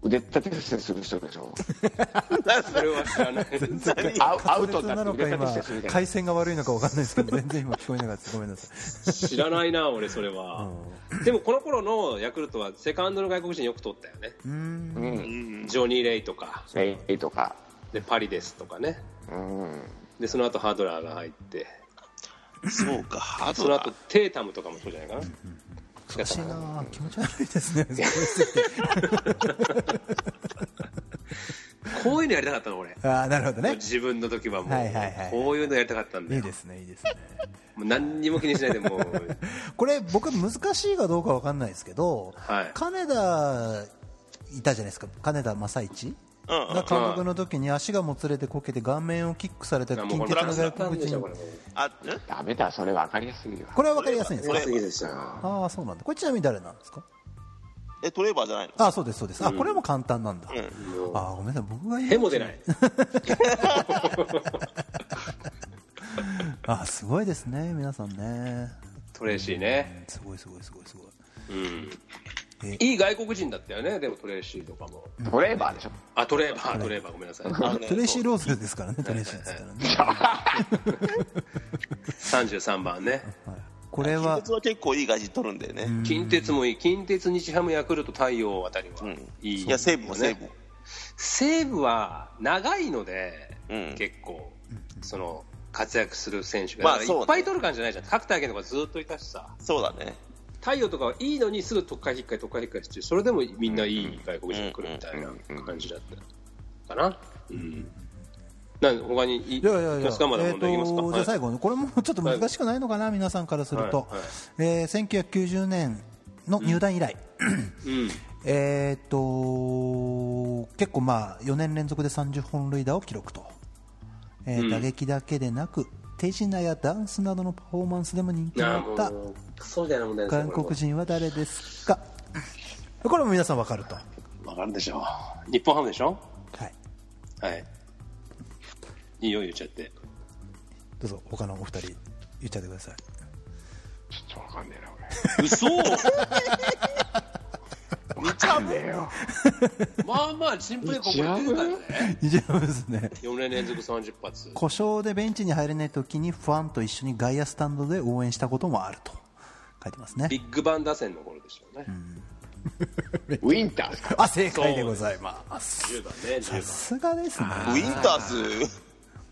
[SPEAKER 4] 腕立て伏せする人で
[SPEAKER 3] *laughs*
[SPEAKER 4] しょ
[SPEAKER 1] それは知らない
[SPEAKER 4] アウアウ
[SPEAKER 3] そ
[SPEAKER 4] ト
[SPEAKER 3] れ
[SPEAKER 4] にな
[SPEAKER 3] な
[SPEAKER 4] って
[SPEAKER 3] のか
[SPEAKER 4] 腕立て
[SPEAKER 3] 今
[SPEAKER 4] 伏せするみたいな。
[SPEAKER 3] 回線が悪いのか分かんないですけど全然今聞こえなかったごめんなさ
[SPEAKER 4] *laughs*
[SPEAKER 3] い
[SPEAKER 1] 知らないな俺それは、でもこの頃のヤクルトはセカンドの外国人よく取ったよね、
[SPEAKER 4] うん。
[SPEAKER 1] ジョニー・レイとか
[SPEAKER 4] レイとか。
[SPEAKER 1] でパリですとかね
[SPEAKER 4] うん。
[SPEAKER 1] でその後ハドラーが入って
[SPEAKER 2] そうかハー
[SPEAKER 1] その後テータムとかもそうじゃないかな、違った
[SPEAKER 3] 腰
[SPEAKER 1] かな
[SPEAKER 3] が気持ち悪いですね
[SPEAKER 1] こういうのやりたかったの、俺。
[SPEAKER 3] *laughs* ああなるほどね
[SPEAKER 1] 自分の時はもう、
[SPEAKER 3] はいはいはい
[SPEAKER 1] こういうのやりたかったんだ
[SPEAKER 3] いい
[SPEAKER 1] よ。
[SPEAKER 3] ですねいいですね
[SPEAKER 1] もう何にも気にしないで、もう、
[SPEAKER 3] これ僕難しいかどうかわかんないですけど、
[SPEAKER 1] はい
[SPEAKER 3] 金田いたじゃないですか金田正一
[SPEAKER 2] うんうん
[SPEAKER 3] が監督の時に足がもつれてこけて顔面をキックされた
[SPEAKER 1] あ
[SPEAKER 3] 緊
[SPEAKER 1] もうこ
[SPEAKER 3] 急
[SPEAKER 1] れ、
[SPEAKER 2] ラッ
[SPEAKER 3] の
[SPEAKER 2] クスだ
[SPEAKER 3] 外
[SPEAKER 2] っ
[SPEAKER 3] 国人
[SPEAKER 1] これ。
[SPEAKER 2] あん
[SPEAKER 4] ダメだ、それ分かりやすいよ。
[SPEAKER 3] これは分かりやすいんですか
[SPEAKER 2] これ
[SPEAKER 1] 次でした。
[SPEAKER 3] ああそうなんだこれちなみに誰なんですか
[SPEAKER 2] えトレーバーじゃないの
[SPEAKER 3] ああそうですそうですあこれも簡単なんだ、
[SPEAKER 2] うん
[SPEAKER 1] もう
[SPEAKER 3] ああごめんなさい僕が言う
[SPEAKER 1] へも出ない。
[SPEAKER 3] ああすごいですね皆さんね
[SPEAKER 1] トレーシーね。
[SPEAKER 3] すごいすごいすごいすごい
[SPEAKER 1] うん。いい外国人だったよね、でもトレーシーとかも。
[SPEAKER 4] トレーバーでしょ。
[SPEAKER 1] あ、トレーバー、トレーバー、ごめんなさい。
[SPEAKER 2] あのね
[SPEAKER 3] トレーシー・ローズですからねトレーシーですからね、
[SPEAKER 1] 33番ね。
[SPEAKER 3] はい、これ
[SPEAKER 2] 近
[SPEAKER 3] は
[SPEAKER 2] 鉄は結構いい外人取るんだよね、
[SPEAKER 1] 近鉄もいい。近鉄、日ハム、ヤクルト、太陽あたりは
[SPEAKER 2] うん
[SPEAKER 1] いい。
[SPEAKER 2] いや西武も西武も
[SPEAKER 1] 西武は長いので、
[SPEAKER 2] うん
[SPEAKER 1] 結構、その、活躍する選手が、
[SPEAKER 2] まあ
[SPEAKER 1] だから
[SPEAKER 2] そう
[SPEAKER 1] い
[SPEAKER 2] ね
[SPEAKER 1] っぱい取る感じじゃないじゃん、各大会とかずっといたしさ、
[SPEAKER 2] そうだね
[SPEAKER 1] 太陽とかはいいのにすぐ特会引っかい、特会引っかいして、それでもみんないい外国人が来るみたいな感じだったかな。うん。なんで他にい、
[SPEAKER 3] いやいやいや、え
[SPEAKER 1] 安川まで
[SPEAKER 3] ー
[SPEAKER 1] 問題いきますか、
[SPEAKER 3] とじゃあ
[SPEAKER 1] はい
[SPEAKER 3] 最後、これもちょっと難しくないのかな、皆さんからすると、
[SPEAKER 1] はいはい
[SPEAKER 3] えー1990年の入団以来、
[SPEAKER 1] うん
[SPEAKER 3] えーと結構、まあ4年連続で30本塁打を記録と、えー
[SPEAKER 1] うん
[SPEAKER 3] 打撃だけでなく、手品やダンスなどのパフォーマンスでも人気
[SPEAKER 1] な
[SPEAKER 3] だ
[SPEAKER 1] あ
[SPEAKER 3] っ
[SPEAKER 1] も
[SPEAKER 3] た
[SPEAKER 1] うクソみたいな問題ですよ
[SPEAKER 3] 韓国人は誰ですか、 *laughs* これも皆さん分かると、は
[SPEAKER 4] 分かるでしょ。
[SPEAKER 1] これもう日本ハムでしょ
[SPEAKER 3] い、
[SPEAKER 1] はいいいよ言っちゃって
[SPEAKER 3] どうぞ、他のお二人、言っちゃってください。
[SPEAKER 4] ちょっと分かんねえな、
[SPEAKER 1] 嘘
[SPEAKER 4] 俺。分かんねえよ。
[SPEAKER 1] まあまあチンプレーここに出てたよね
[SPEAKER 3] *laughs* 以上ですね
[SPEAKER 1] 4年連続30発
[SPEAKER 3] 故障でベンチに入れない時にファンと一緒に外野スタンドで応援したこともあると書いてますね
[SPEAKER 1] ビッグバン打線の頃でしょうね、
[SPEAKER 4] ウィンターですか。
[SPEAKER 3] あ正解でございます
[SPEAKER 1] 10番ね
[SPEAKER 3] さ
[SPEAKER 1] 10
[SPEAKER 3] すがですね
[SPEAKER 2] ウィンターズ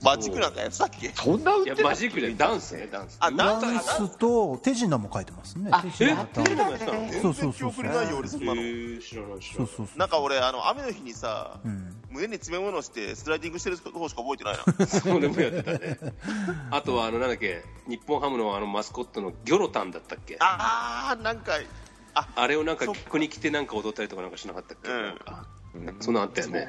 [SPEAKER 2] マジックなんかやってたっけ
[SPEAKER 4] そんな
[SPEAKER 1] 番
[SPEAKER 4] 売っ
[SPEAKER 1] い
[SPEAKER 4] て
[SPEAKER 1] や
[SPEAKER 4] た
[SPEAKER 1] マジックでダンスねダンス
[SPEAKER 2] あ
[SPEAKER 3] ダ
[SPEAKER 2] なんか
[SPEAKER 3] ンスと手品も書いてますね手
[SPEAKER 1] え
[SPEAKER 3] 品も書いて
[SPEAKER 1] ダ
[SPEAKER 3] ま
[SPEAKER 1] ンスなの
[SPEAKER 3] すそうそ
[SPEAKER 2] 全然
[SPEAKER 3] うそうそう
[SPEAKER 2] 記憶にないよ俺そんなの
[SPEAKER 1] えー知らない知ら
[SPEAKER 3] そう
[SPEAKER 1] ない
[SPEAKER 3] そうそう
[SPEAKER 2] なんか俺あの雨の日にさ、胸に詰め物してスライディングしてる方しか覚えてないな
[SPEAKER 1] それもやってたねあとはあのなんだっけ日本ハムのあのマスコットのギョロタンだったっけあ
[SPEAKER 2] あーなんか
[SPEAKER 1] れをなんか
[SPEAKER 2] そっか
[SPEAKER 1] 逆に着てなんか踊ったりとかなんかしなかったっけ、
[SPEAKER 2] うん
[SPEAKER 1] なんかなんかそんなのあったよね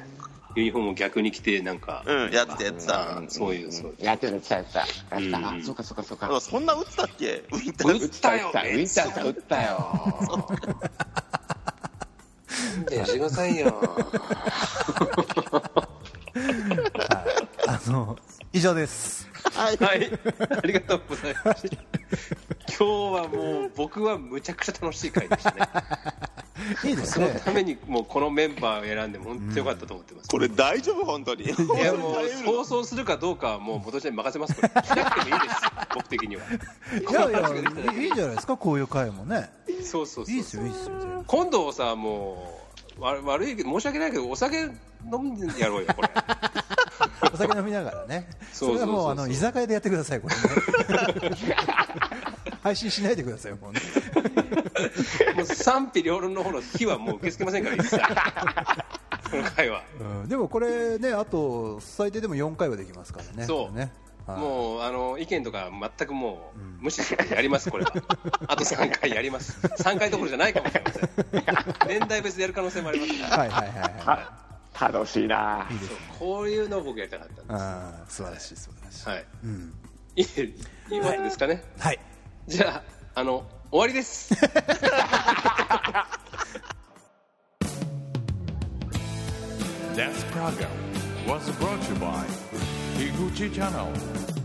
[SPEAKER 1] ユニフォームを逆に着てなんか、
[SPEAKER 2] うんやってたやってた、
[SPEAKER 1] あそういうそういう
[SPEAKER 4] やってた、やってた、やってた。やってた。あ、そうか、そうか、そうか
[SPEAKER 2] で。もそんな打ってたっけウィンター
[SPEAKER 1] 打
[SPEAKER 2] ズ
[SPEAKER 1] ったよ
[SPEAKER 4] 打ったウィンターさん打った *laughs* よ。
[SPEAKER 1] でしてくださいよ
[SPEAKER 3] あの以上です
[SPEAKER 2] は
[SPEAKER 1] *laughs*
[SPEAKER 2] い
[SPEAKER 1] はいありがとうございました今日はもう僕はむちゃくちゃ楽しい回でしたね
[SPEAKER 3] いいです
[SPEAKER 1] その
[SPEAKER 3] ね
[SPEAKER 1] ためにもうこのメンバーを選んで本当によかったと思ってます、
[SPEAKER 2] これ大丈夫本当に
[SPEAKER 1] いやもう放送するかどうかはもう今年に任せますこれしなくてもいいです僕的にはい
[SPEAKER 3] やいやいいんじゃないですかこういう回もね
[SPEAKER 1] そうそうそう
[SPEAKER 3] いいですよいいですよ全然
[SPEAKER 1] 今度さもうわ悪いけど申し訳ないけどお酒飲んでやろうよこれ
[SPEAKER 3] お酒飲みながらね
[SPEAKER 1] そ
[SPEAKER 3] そう
[SPEAKER 1] そうそうそう
[SPEAKER 3] れはもうあの居酒屋でやってくださいこれね *laughs* 配信しないでくださいもうね
[SPEAKER 1] もう賛否両論の方の火はもう受け付けませんから
[SPEAKER 3] *laughs*
[SPEAKER 1] 一切この回は
[SPEAKER 3] うんでもこれねあと最低でも4回はできますからね
[SPEAKER 1] そう
[SPEAKER 3] これねはい
[SPEAKER 1] もうあの意見とか全くもう無視してやります、これは。あと3回やります、3回どころじゃないかもしれません、年代別でやる可能性もありますから、
[SPEAKER 3] はいはいはいはい
[SPEAKER 4] 楽しいな。
[SPEAKER 1] そうこういうのを僕やりたかったんで
[SPEAKER 3] あー素晴らしい素晴らしい
[SPEAKER 1] す、はい、
[SPEAKER 3] うん
[SPEAKER 1] いいいいわけですかね、
[SPEAKER 3] はい
[SPEAKER 1] じゃあ、あの終わりです。
[SPEAKER 5] That's program was brought to you by Higuchi Channel.